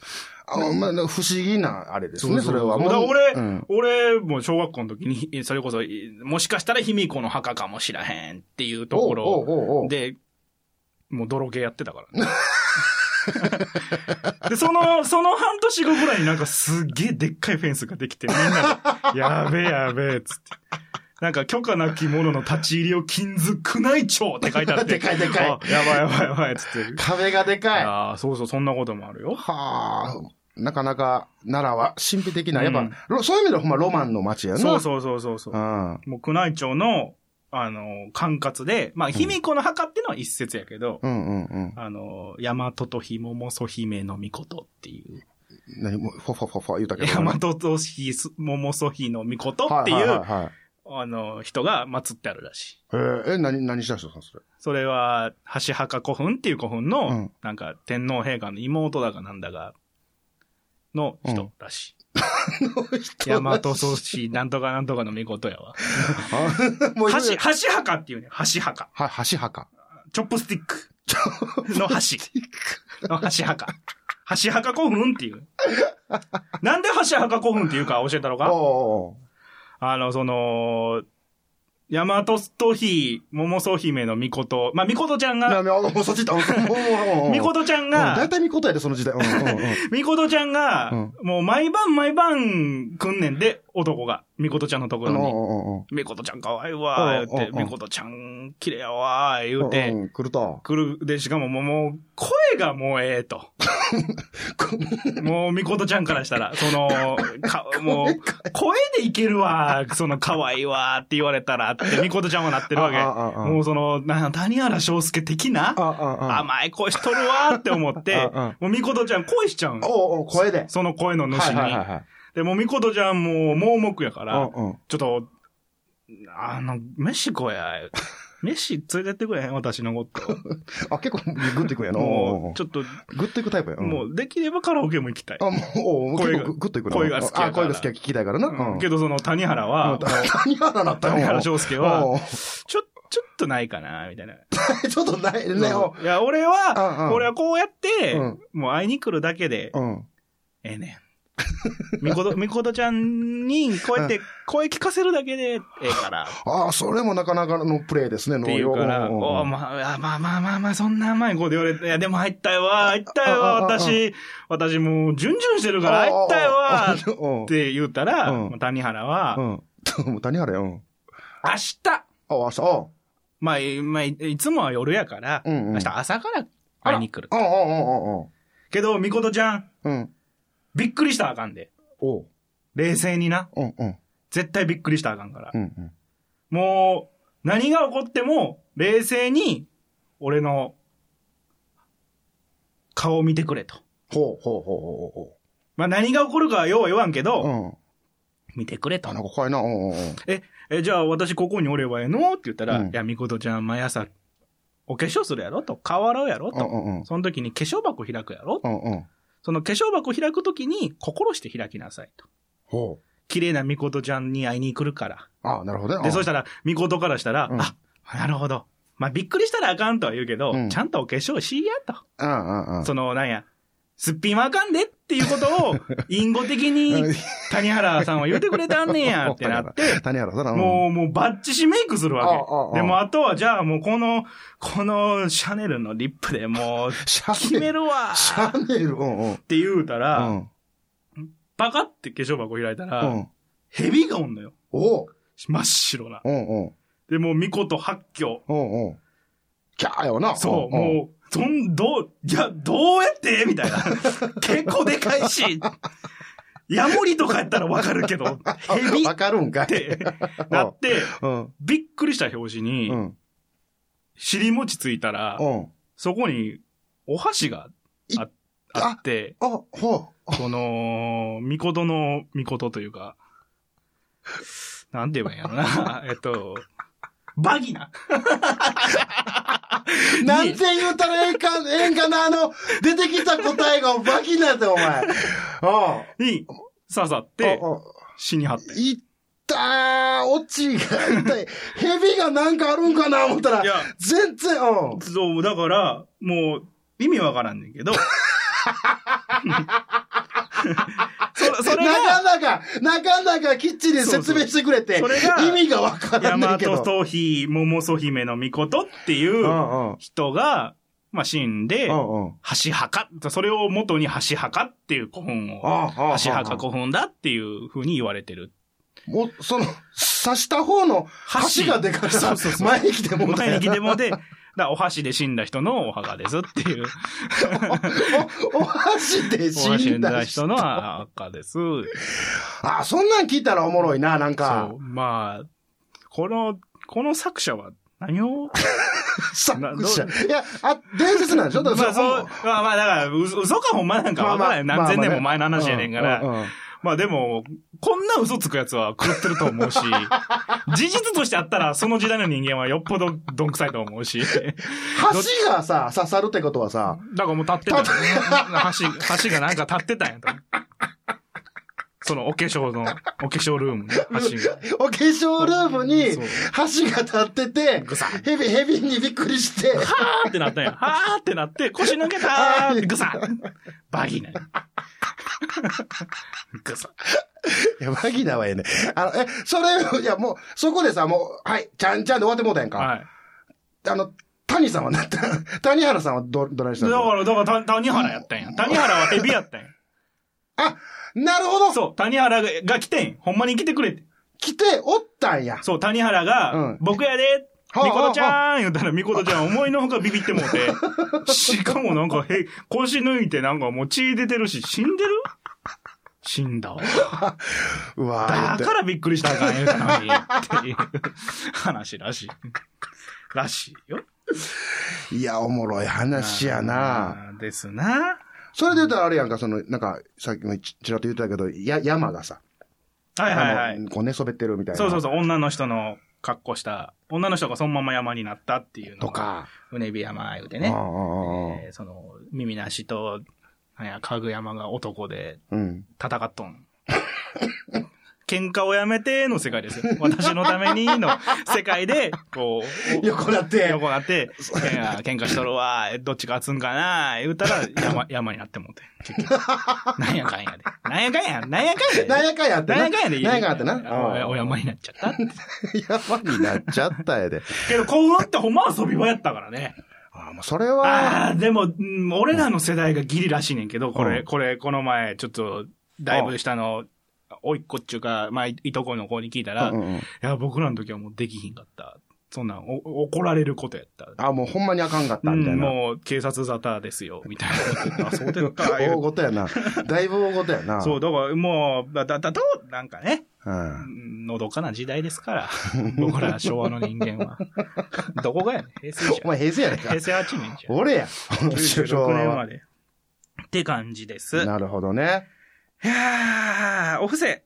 あまあ、不思議な、あれですね、それは。
だから
もう
俺、
うん
俺も小学校の時に、それこそ、いもしかしたら卑弥呼の墓かもしらへんっていうとこ
おうおうおうお
ろ
う
で、もう泥系やってたからね、 で、その、その半年後ぐらいになんかすっげえでっかいフェンスができて、みんなで、やべえやべえ、つって。なんか許可なき者の立ち入りを禁ず宮内庁って書いてあって。
でかいでかい
あやばいやばいやばい、つって。
壁がでかい。は
ああ、そうそう、そんなこともあるよ。
あ。なかなか、奈良は神秘的な、やっぱ、
うん
ロそういう意味ではほんまロマンの街やな。
そうそうそうそうそう。
うん。
もう宮内庁の、あの、管轄で、まあ、卑弥呼の墓ってのは一説やけど、
うんうんうん。
あの、大和と紐もそ姫の御事っていう、
何も、フォフォフォフォ言うたけど。
大和と紐もそひの御事ってい、
はいうはいはいはい。
あの、人が祀ってあるらしい。
えー、え、何、何した人さんそれ。
それは、橋墓古墳っていう古墳の、
うん
なんか、天皇陛下の妹だかなんだが、の人らし い。大和とひなんとかなんとかの御事やわ。
あもう
橋、
いろいろ
橋墓っていうね、橋墓。
は、橋墓。
チョップスティック。の箸。の箸墓。箸墓古墳っていう。なんで箸墓古墳っていうか教えたの
おう
か
おう
あの、その、ヤマトストヒ、モモソ姫のミコト、まあ、ミコトちゃん
おう。な
が、
もうそっち行 った。
ミ
み
コトちゃん
だ
が
い、たいみことやで、その時代。うん うんうん
ミコトちゃんが、
うん
もう毎晩毎晩来んねんで、男が、ミコトちゃんのところに。
うん
ミコトちゃん可愛いわ、言っ
う
て、
んうんうん
ミコトちゃん綺麗やわ、言
うんうん
うて、
うんうん来ると。
来る。で、しかももう、もう声がもうええと。もう、みことちゃんからしたら、そ の、か、もう、声でいけるわ、その、可愛いわ、って言われたら、って、みことちゃんはなってるわけ。
ああああ
もう、その、な、谷原章介的な、
あああ
甘い声しとるわ、って思って
ああ、
もう、みことちゃん恋しちゃうんよ
おうおう声で。
その声の
は
主
いはいはい
に。
はい。
で、もう、みことちゃんも、盲目やから、
うんうん
ちょっと、あの、飯食え や、飯連れてってくれへん、私のこと。
あ、結構、グッといくんやな。 おうお
も
う
う、ちょっと、
グッといくタイプや。ん
もう、できればカラオケも行きたい。
あ、もう、おう
声
結
が
構ググッといくな。
声が好きやから
あ、声が好きは聞きたいからな。
うん
うん
けど、その、谷 原は、
谷原だったよ。
谷原章介は
おう
ちょ、ちょっとないかな、みたいな。
ちょっとないね。おう
いや、俺は、
うんうん
俺はこうやって、
うん
もう会いに来るだけで、
うん。
ええねん。みこと、みことちゃんに、こうやって声聞かせるだけで、え えから、っ
ああ、それもなかなかのプレイですね、
ていうから、
おうおう
お
おう
うまあ、まあまあまあまあ、そんな甘い子で言われて、いや、でも入ったよわ、入ったよわ、
あああ
私、私もう、順々してるから、入った よわ、っ
おうおうおう
て言ったら、
うん
谷原は、
うん。 もう谷原やうん。
明日
あ、明日、おう
まあ、いまあ、いいつもは夜やから、
うんうん
明日朝から会いに来る。
おうおうおうおう
けど、みことちゃん、
うん。
びっくりしたらあかんで。
おう
冷静にな。
うんうん。
絶対びっくりしたらあかんから
う。んうん。
もう、何が起こっても、冷静に、俺の、顔を見てくれと。
ほうほうほうほうほ
まあ、何が起こるかはようは言わんけど、
う。うん。
見てくれと
あ、。なんか怖いな。うんうんうん。
え、え、じゃあ私ここにおればええのって言ったら、
うん
いや、みことちゃん毎朝、お化粧するやろと。顔洗うやろ
うん
と。
うんうん。
その時に化粧箱開くやろ
うんうん。
その化粧箱開く時に、心して開きなさいと。
ほ
綺麗なみことちゃんに会いに来るから。
う。あなるほどね。
で、そ
し
したら、みことからしたら、
うん
あ、なるほど。まあ、びっくりしたらあかんとは言うけど、
うん
ちゃんとお化粧しいやと。
たら、うんうんうん。
その、なんや、すっぴんはあかんでっていうこ とを、因果的に
うん
谷原さんは言ってくれたん ねやってなって、
谷原だな。
もう、もうバッチシメイクするわ
あああ
け。でも、あとは、じゃあもうこの、このシャネルのリップでもう、
シャネル
決めるわ
シ
ーっ
ャネル、うんうん。
て言うた
う
ら、
ん。
パカって化粧箱開いた
う
ら、
ん。
蛇がおんのよ。
おう。
真っ白な。
うんうん。
で、もう、巫女と八挙。
うんうん。キャーよな。
そう、
んん
もう、どん、どう、いや、どうやってみた いな。結構でかいし、ヤモリとかやったらわかるけど、ヘビ
わ
っ
かるんかい。
てなって、
うん。
びっくりした表紙
う
に、
ん。
尻餅ついたら
う、ん。
そこにお箸がああって、
あ、ほう。
この、みことのみことというか、なんて言えばいいんやろ な。えっと、バギナ。
なんて言うたらええんか、ええんかな、あの、出てきた答えがバキなんて、お 前。あ
に刺さっ
あ。
て
あ、あ
死にはって。
いったー、オチが痛い。蛇がなんかあるんかな、思ったら
いや、
全然、うん。
そう、だから、もう、意味わからんねん けど。そそれ
なか
が、
なか、なかなかきっちり説明してくれて、
そうそうそれが
意味がわから
大
んねん
和
けど。
トヒ、桃祖姫の御事っていううん
うん。
人が、まあ、死んで、
うんうん。
橋墓、それを元に橋墓っていう古墳を、
ああ、ああ
橋墓古墳だっていうふうに言われてる。
もう、その、刺した方の
箸
箸がでかい
そうそうそう
前に来てもうた
前
や
に
な
来てもで、だからお箸で死んだ人のお墓ですっていう。
お、お箸で死
お箸 で死
ん
ん
だ
だ
人
人の墓です。
あ、そんなん聞いたらおもろいな、なんか
そ。う。まあ、この、この作者は何を、
さ
な
くしゃいや、あ、伝説なんでしょだ
ま
か
あ
ら
そう、まあまあだから、嘘嘘かほんまなんかわからない。何千年も前の話やねんから。
うう
まあでも、こんな嘘つくやつは狂ってると 思うし、事実としてあったら、その時代の人間はよっぽどどんくさいと思うし。
箸がさ、刺さるってことはさ、
だからもう立って た。橋、橋がなんか立ってたんやと。そのお化粧の、お化粧ルームの橋が。
お化粧ルームに
そう
箸が立ってて
ぐさ、
ヘビ、ヘビにびっくりして、
はーってなったんや。はーってなって、腰抜けたーって、ぐさバギーな。 ぐさ。
いや、バギナはええね。あの、え、それ、いや、もう、そこでさ、もう、はい、ちゃんちゃんで終わってもうたやんか。
はい。
あの、谷さんはな、谷原さんはど、どないした
だか
の
ら、だから、た谷原やったんや。谷原は蛇やったんや。
あ、なるほど
そう、谷原が来てん。ほんまに来てくれて。
来ておったんや。
そう、谷原
う
が
ん、
僕やで、ミコトちゃん言ったら、ミコトちゃん思いのほかビビってもう て、しかもなんか、へ、腰抜いてなんかもう血出てるし、死んでる死んだわ。
うわー
だ
言
か
っ
らびっくりしたらあかん言うたのに、っていう話らしい。らしいよ。
ていや、おもろい話やな。
あー。ですな。
それで言ったらあれやんか、その、なんか、さっきもちちらっと言ってたけど、や、山がさ、
はいはいは
あ
い。
の、こう寝そべってるみたいな。
そうそうそう、女の人の格好した、女の人がそのまま山になったっていうの
と
が、
か。
うねび山言うて
うん
ね
う。んうん
えーその、耳なしと、なんや、かぐ山が男で
うん。
戦っとん。喧嘩をやめての世界ですよ。私のためにの世界で、こう、
横なって
横なって、いや喧嘩しとるわ、どっちが勝つんかな、言うたら山、山になってもうて。結局なんやかんやで。なんやかんや、なんやかんやで。
なんやかんやって
なん
な。
やかんやで。
なんやかんやってな。
おお山になっちゃったって。
山になっちゃったやで。
けど、幸運ってほんま遊び場やったからね。
ああ、もうそれは、
ああ、でも、うん俺らの世代がギリらしいねんけど、こ
う
れ、
ん
これ、この前、ちょっと、だいぶ下の、おいっ子っちゅうか、まあ、いいとこの子に聞いたら、
うん
い
うんうん
や、僕らの時はもうできひんかった。そんなん、お怒られることやった。
ああ、もうほんまにあかんかった、
うん
みたいな。
もう、警察沙汰ですよ、みたい な。あ、そうですか。
大ごとやな。だいぶ大ごとやな。
そう、だから、もう、だ、だ、だと、なんかね、
うん。
のどかな時代です から、僕ら昭和の人間は。どこがやねん、平成じ
お
ゃん。
前平成やねんか
平。成8年じゃん。
俺や。
96年まで。って感じです。
なるほどね。
いやー、お布施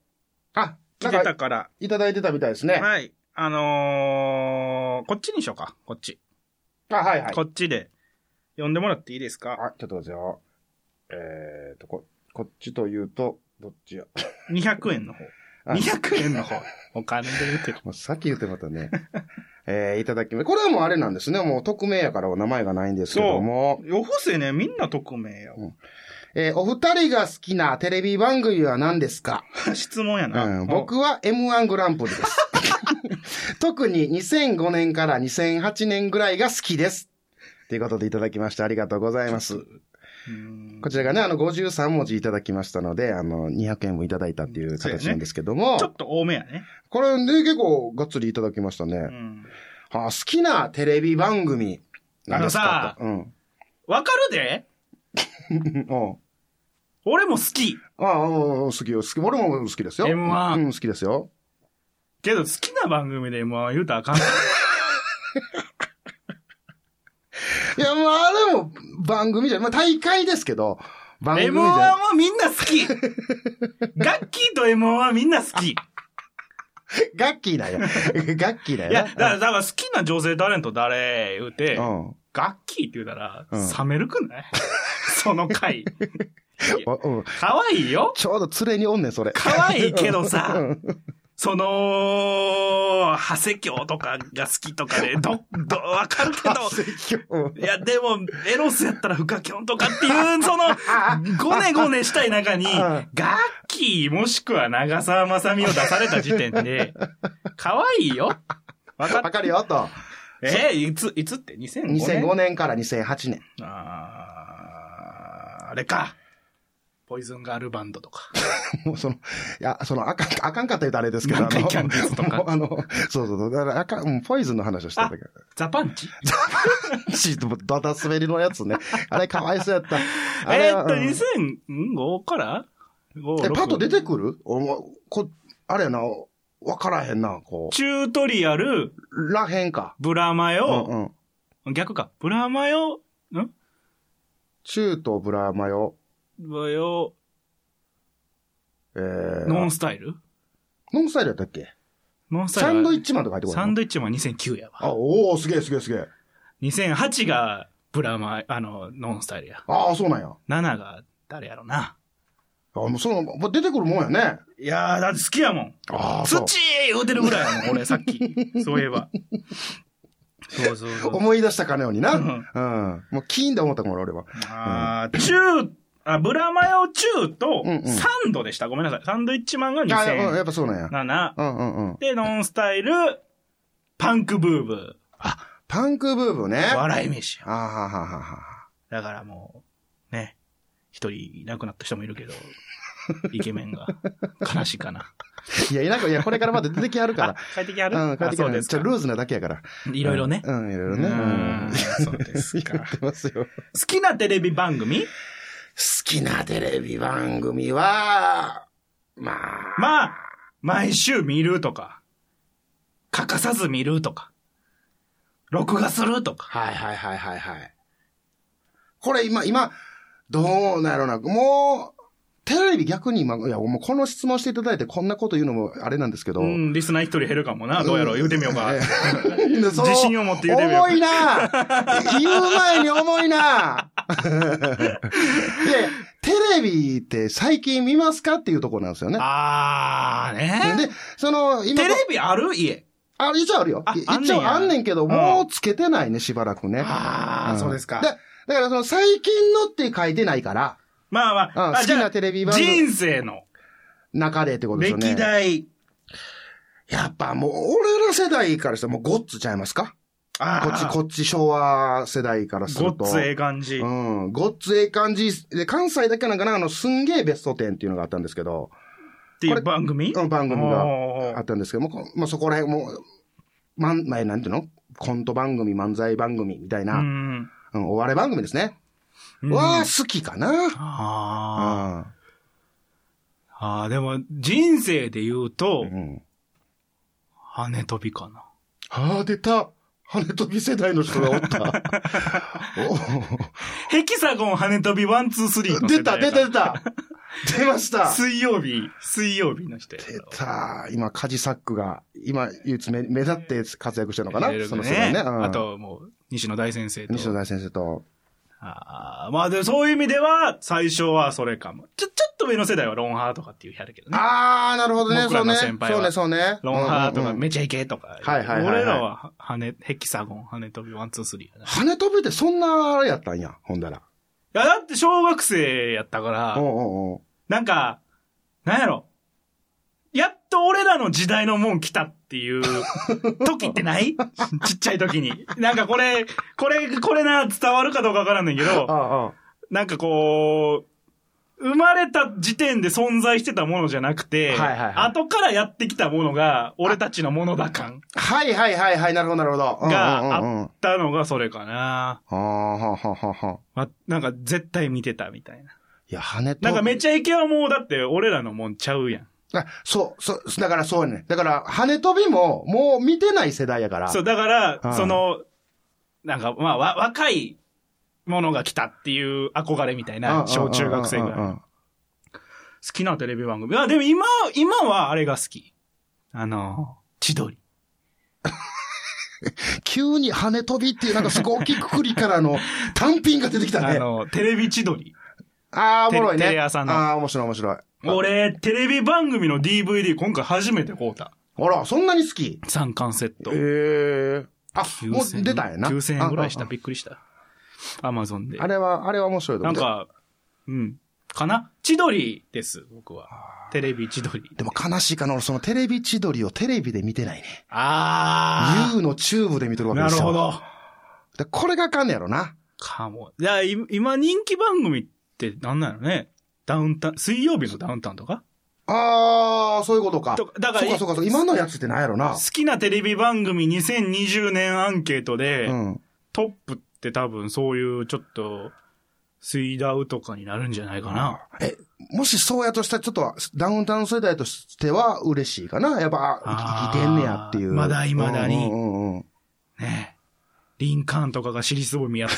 あ、
来
な
て
んか
たから。
いただいてたみたいですね。
はい。あのー、こっちにしようか。こっち。
あ、はいはい。
こっちで。呼んでもらっていいですか
あ、ちょっと待ってよ。えーと、こ、こっちというと、どっちや。
?200 円の方。
あ
200円の方。お金で言うてる。
もうさっき言ってまたね。 えー、いただきます。これはもうあれなんですね。もう匿名やからお名前がないんですけども。
お布施ね、みんな匿名よ。
えーお二人が好きなテレビ番組は何ですか
質問やな。
うん、僕は M1 グランプリです。 特に2005年から2008年ぐらいが好きです。ということでいただきましてありがとうございます。
うん。
こちらがね、あの53文字いただきましたので、あの200円もいただいたっていう形なんですけども、
ちょっと多めやね。
これね、結構がっつりいただきましたね。
うん。
あ好きなテレビ番組なんですかと。うん。
わかるで
うん。
俺も好き。
ああ、うん好きよ、好き。俺も好きですよ。
M1
うん、好きですよ。
けど好きな番組でもう言うたらあかん。
いや、まあ、あれも番組じゃ、まあ大会ですけど、番組
M1
じゃ。
はみんな好 き。ガッキーと M1 はみんな好き。い
ガッキーなん や。ガッキーなん
や、
やな。
だから、だから好きな女性タレント誰言うて、
うん。
ガッキーって言うたら、
うん
冷めるくない その回。
おうん。
可愛いよ。
ちょうど連れにおんねん、そ れ。
可愛いけど
う
さ、
ん
その、長谷京とかが好きとかで、ど、ど、わかるけど、
うん
いや、でも、エロスやったらフカキョンとかっていう、その、ごねごねしたい中に、
うん
ガッキーもしくは長澤まさみを出された時点で、可愛いよ。わか
わ
っ
かるよ、と。
えーいつ、いつって2005年
2005年から2008年。
あーあれか。ポイズンガールバンドとか。
もうその、いや、その、あかん、あかんかった言うとあれですけど、
南海キャンディーズとか
もうあの、そうそうそう、だから、あかん、うんポイズンの話をしてたけど。
ザパンチ
ちょっと、だだ滑りのやつ ね。あれ、かわいそうやった。 あれ
えー
は
っと、
うん
2005から5
え、パッと出て
る
くるおまこ、あれやな、わからへんな、こ
チュートリアル、
う。らへんか。
ブラマ
う
ヨ、
んうん。
逆か。ブラマヨ、ん
中東ブラマヨ、
ブラマヨ、
えー、
ノンスタイル
ノンスタイルやったっけ
ノンスタイル
サ
は。
ンドイッチマンとか入ってこ
サン
ド
ドイッチマン2009や
あ、
わ。
おおすげえすげえすげえ。
2008がブラマ、あの、ノンスタイルや。
ああ、そうなんや。
7が誰やろな。
あ、もうその、もう出てくるもんやね。
いやー、だって好きやもん。
ああ、
土
そう。
言うてるぐらいやもん、俺さっき。 そういえば。そうそうそう。
思い出したかのようにな。う
う
んん。もうキーンで思ったもん、俺は。
あーチュー、あ、ブラマヨチューと
うんうん
サンドでした。ごめんなさい。サンドイッチマンが
ああ、や
2007
っ。ぱそうなんや。うんうんうん。
で、ノンスタイル、パンクブーブ
パンクブーブね。
ー、
あ
笑い飯や。
あ、はははは。
だからもう、 ね、一人いなくなった人もいるけど、イケメンが、悲しいかな。
いや、いなく、いや、これからまだ出てきはるか
あ
ら。、
帰ってきはる
うん、帰ってきは
あそう
る。
です
ち
か
ょ、ルーズなだけやから。
いろいろね。
うん、いろいろ
う
ね。うん
ん。そうですか。
言っ
好
てますよ。
きなテレビ番組
好きなテレビ番組は、まあ、
まあ、毎週見るとか、欠かさず見るとか、録画するとか。
はいはいはいはいはい。これ今、今、どうなるな。もう、テレビ逆に今、いや、もうこの質問していただいてこんなこと言うのもあれなんですけど。
うん、リスナー一人減るかもな。どうやろう言うてみようか。
自
自信を持って言うてみよう
重いな 言う前に重いないやいや、テレビって最近見ますかっていうところなんですよね。
あーね。
で、その、今、
テレビある家。
あ、一応あるよ
あ。
い
あんね
一
ん
応
や
あんねんけど、
うん
もうつけてないね、しばらくね。
あ
ん
ー、そうですか。
だだからその最近のって書いてないから、
まあま
うん
あ、あ
好きなテレビ番組
人生の
中でってことですよね。
歴代。
やっぱもう俺ら世代からしたらもうゴッツちゃいますか
あ
こっち、こっち昭和世代からする
ご
と。
っつええ感じ。
うん。ごっつええ感じ。で、関西だけなんかな、あの、すんげえベスト10っていうのがあったんですけど、
っていう番組
うん番組が
お
あ
ー
ったんですけども、こまあ、そこら辺も、まん、前なんていうのコント番組、漫才番組みたいな、
う
うん、
ん。
お笑い番組ですね。
うん
は、好きかな。
あ
あ
ーあー、でも、人生で言う
あ。
と
う、ん。
羽根飛びかな。
ああ、出た。羽飛び世代の人がお った。
ヘキサゴン羽根飛びワンツースリー
お
の
出
世
た、
代
出た、
や
出た。出ました。
水曜日、水曜日の人や
出た。今、カジサックが、今、唯一目目立って活躍してるのかな、
いろいろ
その世代
ね
ね。うん
あ、と、もう、西野大先生と。
西野大先生と。
あーまあ、でもそういう意味では、最初はそれかも。ちょ、ちょっと上の世代はロンハーとかっていうやるけどね。
あー、なるほどね。そ
僕ら
うね。
の先輩
そうね、
は
そうね。
ロンハーと
うんう
か、
んうん
めちゃイケとか。
はいはいはいはい
俺らは、羽根、ヘキサゴン、羽根飛びワンツースリーやな。い
羽飛びってそんなあれやったんや、ほんだら。
や、だって小学生やったか
おう
ら、
おうおう
なんか、なんやろ。やっと俺らの時代のもん来たっ ていう時ってないちっちゃい時に。なんかこれ、これ、これな、伝わるかどうかわからんねんけど、
ああ、
なんかこう、生まれた時点で存在してたものじゃなくて、
はいはいはい
後からやってきたものが、俺たちのものだ感
はいはいはいはい、なるほど、なるほど。うん
が
うんうんう
あ
ん
ったのがそれかな。
あーはははは。
ま、なんか絶対見てたみたい
い
な。
や、羽飛び。
なんかめちゃイケはもうだって俺らのもんちゃうやん。
あそう、そう、だからそうやね。だから、羽飛びも、もう見てない世代やから。
そう、だから、
うん
その、なんかまあわ若いものが来たっていう憧れみたい
うんうんうんうんう
な、
ん
小中学生ぐらいの。
あ
好きなテレビ番組。あ、でも今、今はあれが好き。あの、千鳥。
急に羽飛びっていう、なんかすごい大きくくりから の単品が出てきた
あ
ね。
の、テレビ千鳥。
ああ、おもろいね。
テレテレ朝の
ああ、面白い面白い。
俺、テレビ番組の DVD 今回初めて買うた。
あら、そんなに好き
三巻セット。
ええあ、もう出たんやな。
9000円ぐらいした。
あ
びっくりした。アマゾンで
ああ。れは、あれは面白いと
な
思
ん
う。
か、うん。かな千鳥です、僕は。テレビ千鳥。
でも悲しいかな、俺そのテレビ千鳥をテレビで見てないね。
あ
U のチューブで見てる
あ
わけ
な
で
る
すよ。
ほ。ど。
で、これがあかんねやろな。
かも。いや、い今人気番組ってなんなのねダウンタウン、水曜日のダウンタウンとか
あー、そういうことか。
とだか
そ
ら
うかそうかそう、今のやつってなんやろな
好。きなテレビ番組2020年アンケートで、
うん。
トップって多分そういうちょっと、水ダウとかになるんじゃないかな。
え、もしそうやとしたら、ちょっとダウンタウン世代としては嬉しいかな。やっぱ、あ
あー
生きてんねやっていう。
まだ未だに
うんうんうんうん
ねえ。リンカーンとかが尻すぼみやった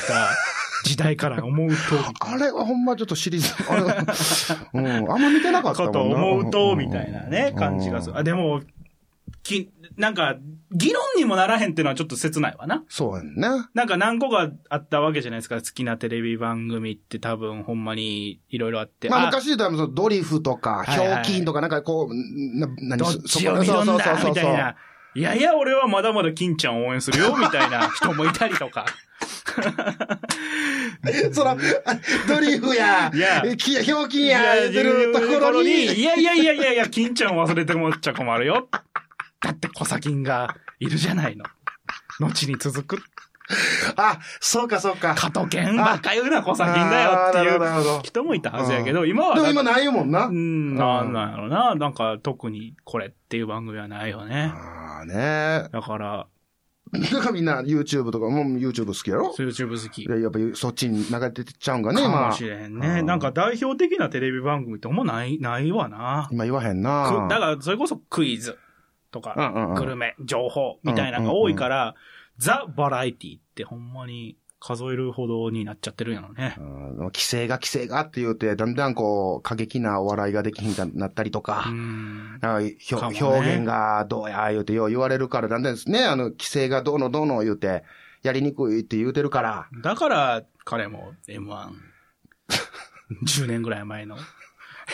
時代から思うと、
あれはほんまちょっとシリーズ、あれは、 うん、あんま見てなかったもん
かと
な。
思うと、みたいなね、感じがする。あ、でも、き、なんか、議論にもならへんっていうのはちょっと切ないわな。
そうやんな。
なんか何個かあったわけじゃないですか。好きなテレビ番組って多分ほんまにいろいろあって。
まあ昔で言ったらそのドリフとか、
いはいはい
ひょうきんとか、なんかこう、な、な
どっちを見るんだみたいな。いやいや、俺はまだまだ金ちゃんを応援するよ、みたいな人もいたりとか。
そら、ドリフや、
いや
えきひょうきんや、言ってるところ
い
に、
やいやいやいやいや、金ちゃんを忘れてもっちゃ困るよ。だって小サキンがいるじゃないの。後に続く。
あ、そうかそうか。
加藤健ばっか言うな、小先だよって
あーなるほどなるほ
いう
ど
人もいたはずやけど、今は
で
だっ
も
て。
今ないもんな。
うん、なんなんやろな。なんか特にこれっていう番組はないよね。
ああね。
だから、
だからみんな YouTube とか、もう YouTube 好きやろ
YouTube 好き。
でやっぱりそっちに流れてっちゃうんかね、
かも
今
し。れん
う
ね。
ん
なんか代表的なテレビ番組ってほんまない、ないわな。
今言わへん
く
な。
だからそれこそクイズとか、
うんうんうん
グルメ、情報みたいなのが多いから、ザ・バラエティってほんまに数えるほどになっちゃってるんやろね
う。ん規制が規制がって言うて、だんだんこう、過激なお笑いができひんかなったりとか
う、ん。
なんかひょ
かもね
表現がどうや言うてよう言われるから、だんだんですね、あの、規制がどうのどうの言うて、やりにくいって言うてるから、
だから彼も M1、10年ぐらい前の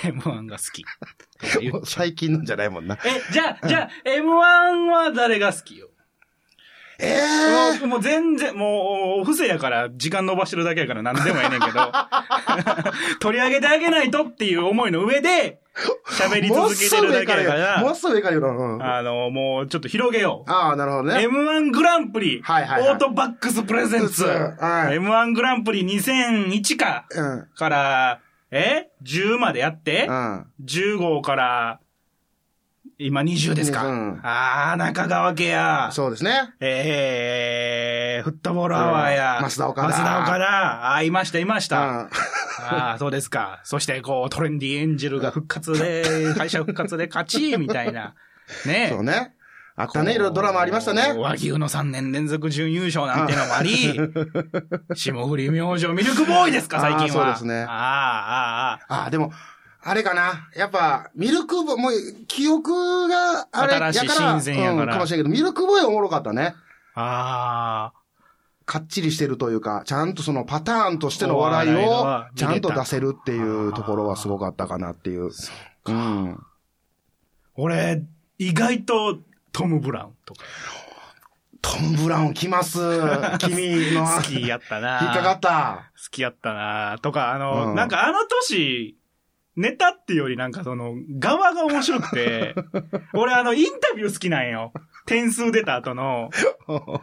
M1 が好き。
もう最近のじゃないも んな。
え、じゃあ、じゃあ、M1 は誰が好きよ
ええ
もうもう全然、もう、不正やから、時間伸ばしてるだけやから何でもええねんけ ど、取り上げてあげないとっていう思いの上で、喋り
もう
続け
す
て
ぐ
るだ
上
け
から
やか
よ。もう
ら、
すぐ上からよ。うんあ
あの、もうちょっと広げよう。
あ、なるほどね。
M1 グランプリ、
はいはいはい
オートバックスプレゼンツ、
うんはい
M1 グランプリ2001か、
うん。うん。
から、え ?10 までやって、15から、今20ですか。
うん
ああ、中川家や。
そうですね。
えー、フットボールアワーや。
うん増田岡田
増田岡田。あーいました、いまし
う
た。
ん。
ああ、そうですか。そして、こう、トレンディエンジェルが復活で、会社復活で勝ち、みたいな。ね。
そうね。あったね、いろいろドラマありましたね。
和牛の3年連続準優勝なんてのも あり、霜降り明星ミルクボーイですか、最近は。
あーそうですね
あーあー、あ
あ、でも、あれかな。やっぱ、ミルクボーイ、もう、記憶が、あれ、
新しい
やから
新鮮やから
うん、かもしれんけど、ミルクボーイおもろかったね。
あ、ああ。
かっちりしてるというか、ちゃんとそのパターンとしての笑い
お笑い
を
が、
ちゃんと出せるっていうところはすごかったかなっていう。うん。
俺、意外とトム・ブラウンとか
トム・ブラウン来 ます。君の。
好きやったな。
引っかかった。
好きやったなとか、あの、
うん
なんかあの年、ネタっていうよりなんかその、側が面白 くて、俺あの、インタビュー好きなんよ。点数出た後の。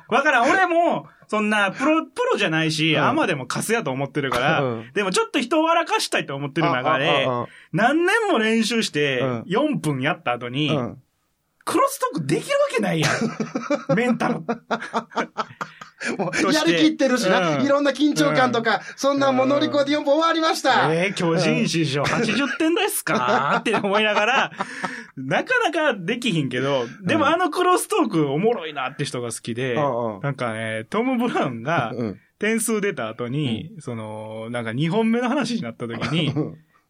わからん、俺も、そんな、プロ、プロじゃないし、
うん
アマでもカスやと思ってるから、
うん
でもちょっと人を笑かしたいと思ってる中で
ああああ、
何年も練習して
うん、
4分やった後に、
うん。
クロストークできるわけないや ん。メンタル。
も、
そうし
や
て
りきってるしな。
うん
いろんな緊張感とか、そんなもの乗り越えて4本終わりました。
えー、巨人師匠80点台っすかって思いながら、なかなかできひんけど、でもあのクロストークおもろいなって人が好きで、
うんうん
なんかね、トム・ブラウンが
うん
点数出た後に、その、なんか2本目の話になった時 に、い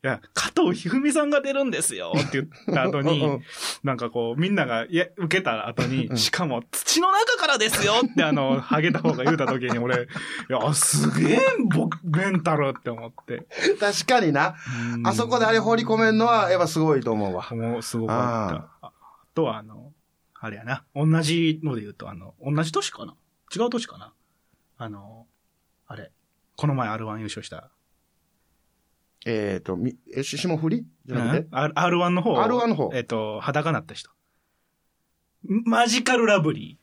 や、加藤一二三さんが出るんですよって言った後
うんう
に
ん、
なんかこう、みんなが、いや、受けた後に、しかも土の中からですよってあの、ハゲた方が言うた時に俺、いや、すげえ、僕、メンタルって思って。
確かにな。
うん
あそこであれ放り込めるのは、やっぱすごいと思うわ。
もうすごかった。あとは、あの、あれやな。同じので言うと、あの、同じ年かな違う年かなあの、あれ。この前 R1 優勝した。
えっと、み、え、し霜降りじゃなくて
うん R- ?R1 の方。
R1 の方
えっと、裸なった人。マジカルラブリ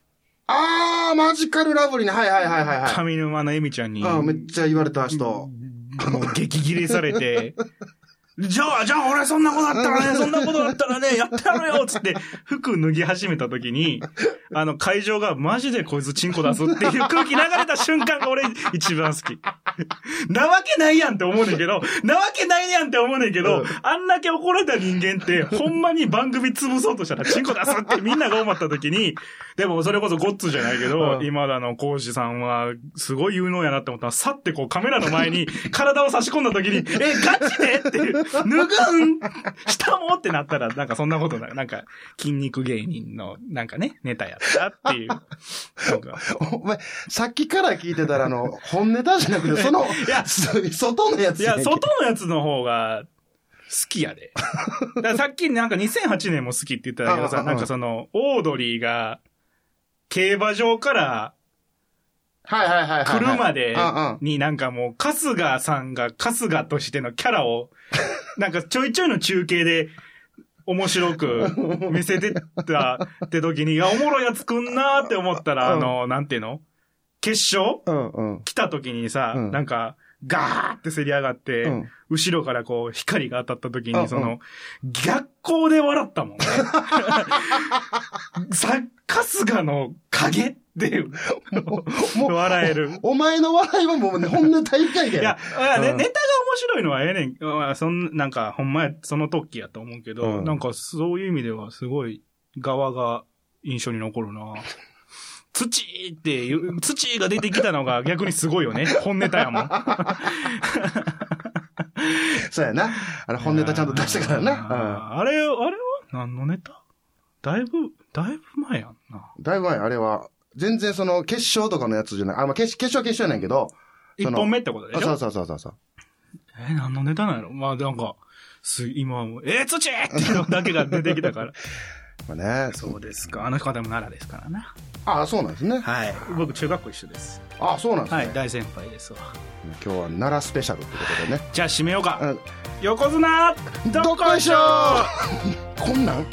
あー、マジカルラブリーね。はいはいはいはい
ー。
は
上沼のエミちゃんに、
い。うん、めっちゃ言われた人。
もう激切れさ れて、じゃあ、じゃあ俺そんなことあったらね、そんなことあったらね、やってやるよつって、服脱ぎ始めた時に、あの、会場がマジでこいつチンコ出すっていう空気流れた瞬間が俺一番好き。なわけないやんって思うねんけど、なわけないやんって思うねんけど、あんだけ怒られた人間って、ほんまに番組潰そうとしたらチンコ出すってみんなが思った時に、でもそれこそゴッツじゃないけど、
うん
今田の講師さんは、すごい有能やなって思ったら、さってこうカメラの前に体を差し込んだ時に、え、ガチでっていう、脱ぐん下もってなったら、なんかそんなことない。なんか、筋肉芸人の、なんかね、ネタやったっていう。なんか
お前、さっきから聞いてたら、あの、本ネタじゃなくて、その、
いや
外のやつ
い
や
や、
んけ
外のやつの方が好き やで。だからさっきなんか2008年も好きって言ったけど
ああ
さ、
あ
なんかその、オードリーが、競馬場から
はいはいはいはい。
来るまで
うんうん
になんかもう、春日さんが春日としてのキャラを、なんかちょいちょいの中継で、面白く見せてったって時に、いや、おもろいやつくんなーって思ったら、あの、なんていうの決勝
うんうん。
来た時にさ、
うん
なんか、ガーって競り上がって、
うん
後ろからこう、光が当たった時
あう
に、
ん
その、逆光で笑ったもん ね。さ、カスガの影っていう、
もう
笑える。
お前の笑いはもうね、本音大会
い
だよ
や。、いや
うん
ねネタが面白いのはええねん。まあそん、なんか、ほんまや、その時やと思うけど、
うん
なんか、そういう意味では、すごい、側が印象に残るな。 土っていう、土が出てきたのが逆にすごいよね。本ネタやもん。
そうやな。あれ、本ネタちゃんと出したからな。
あーあれ、あれは何のネタだいぶ、だいぶ前やんな。
うん。だいぶ前、あれは、全然その、決勝とかのやつじゃない。あ、まあ、決決勝は決勝やねんけど。
一
その
本目ってことで
あ
し
そう
ょ
そうそうそうそう。
えー、何のネタなんやろまあ、なんか、す、今はもう、えー、土っていうのだけが出てきたから。
まあね、 そう。
そうですか。あの方も奈良ですからな。
あ、そうなんですね。
はい。僕、中学校一緒です。
あ、そうなんですね。
はい、大先輩ですわ。
今日は奈良スペシャルってことでね。
じゃあ、締めようか。
うん
横綱、どっこいしょ
こんなん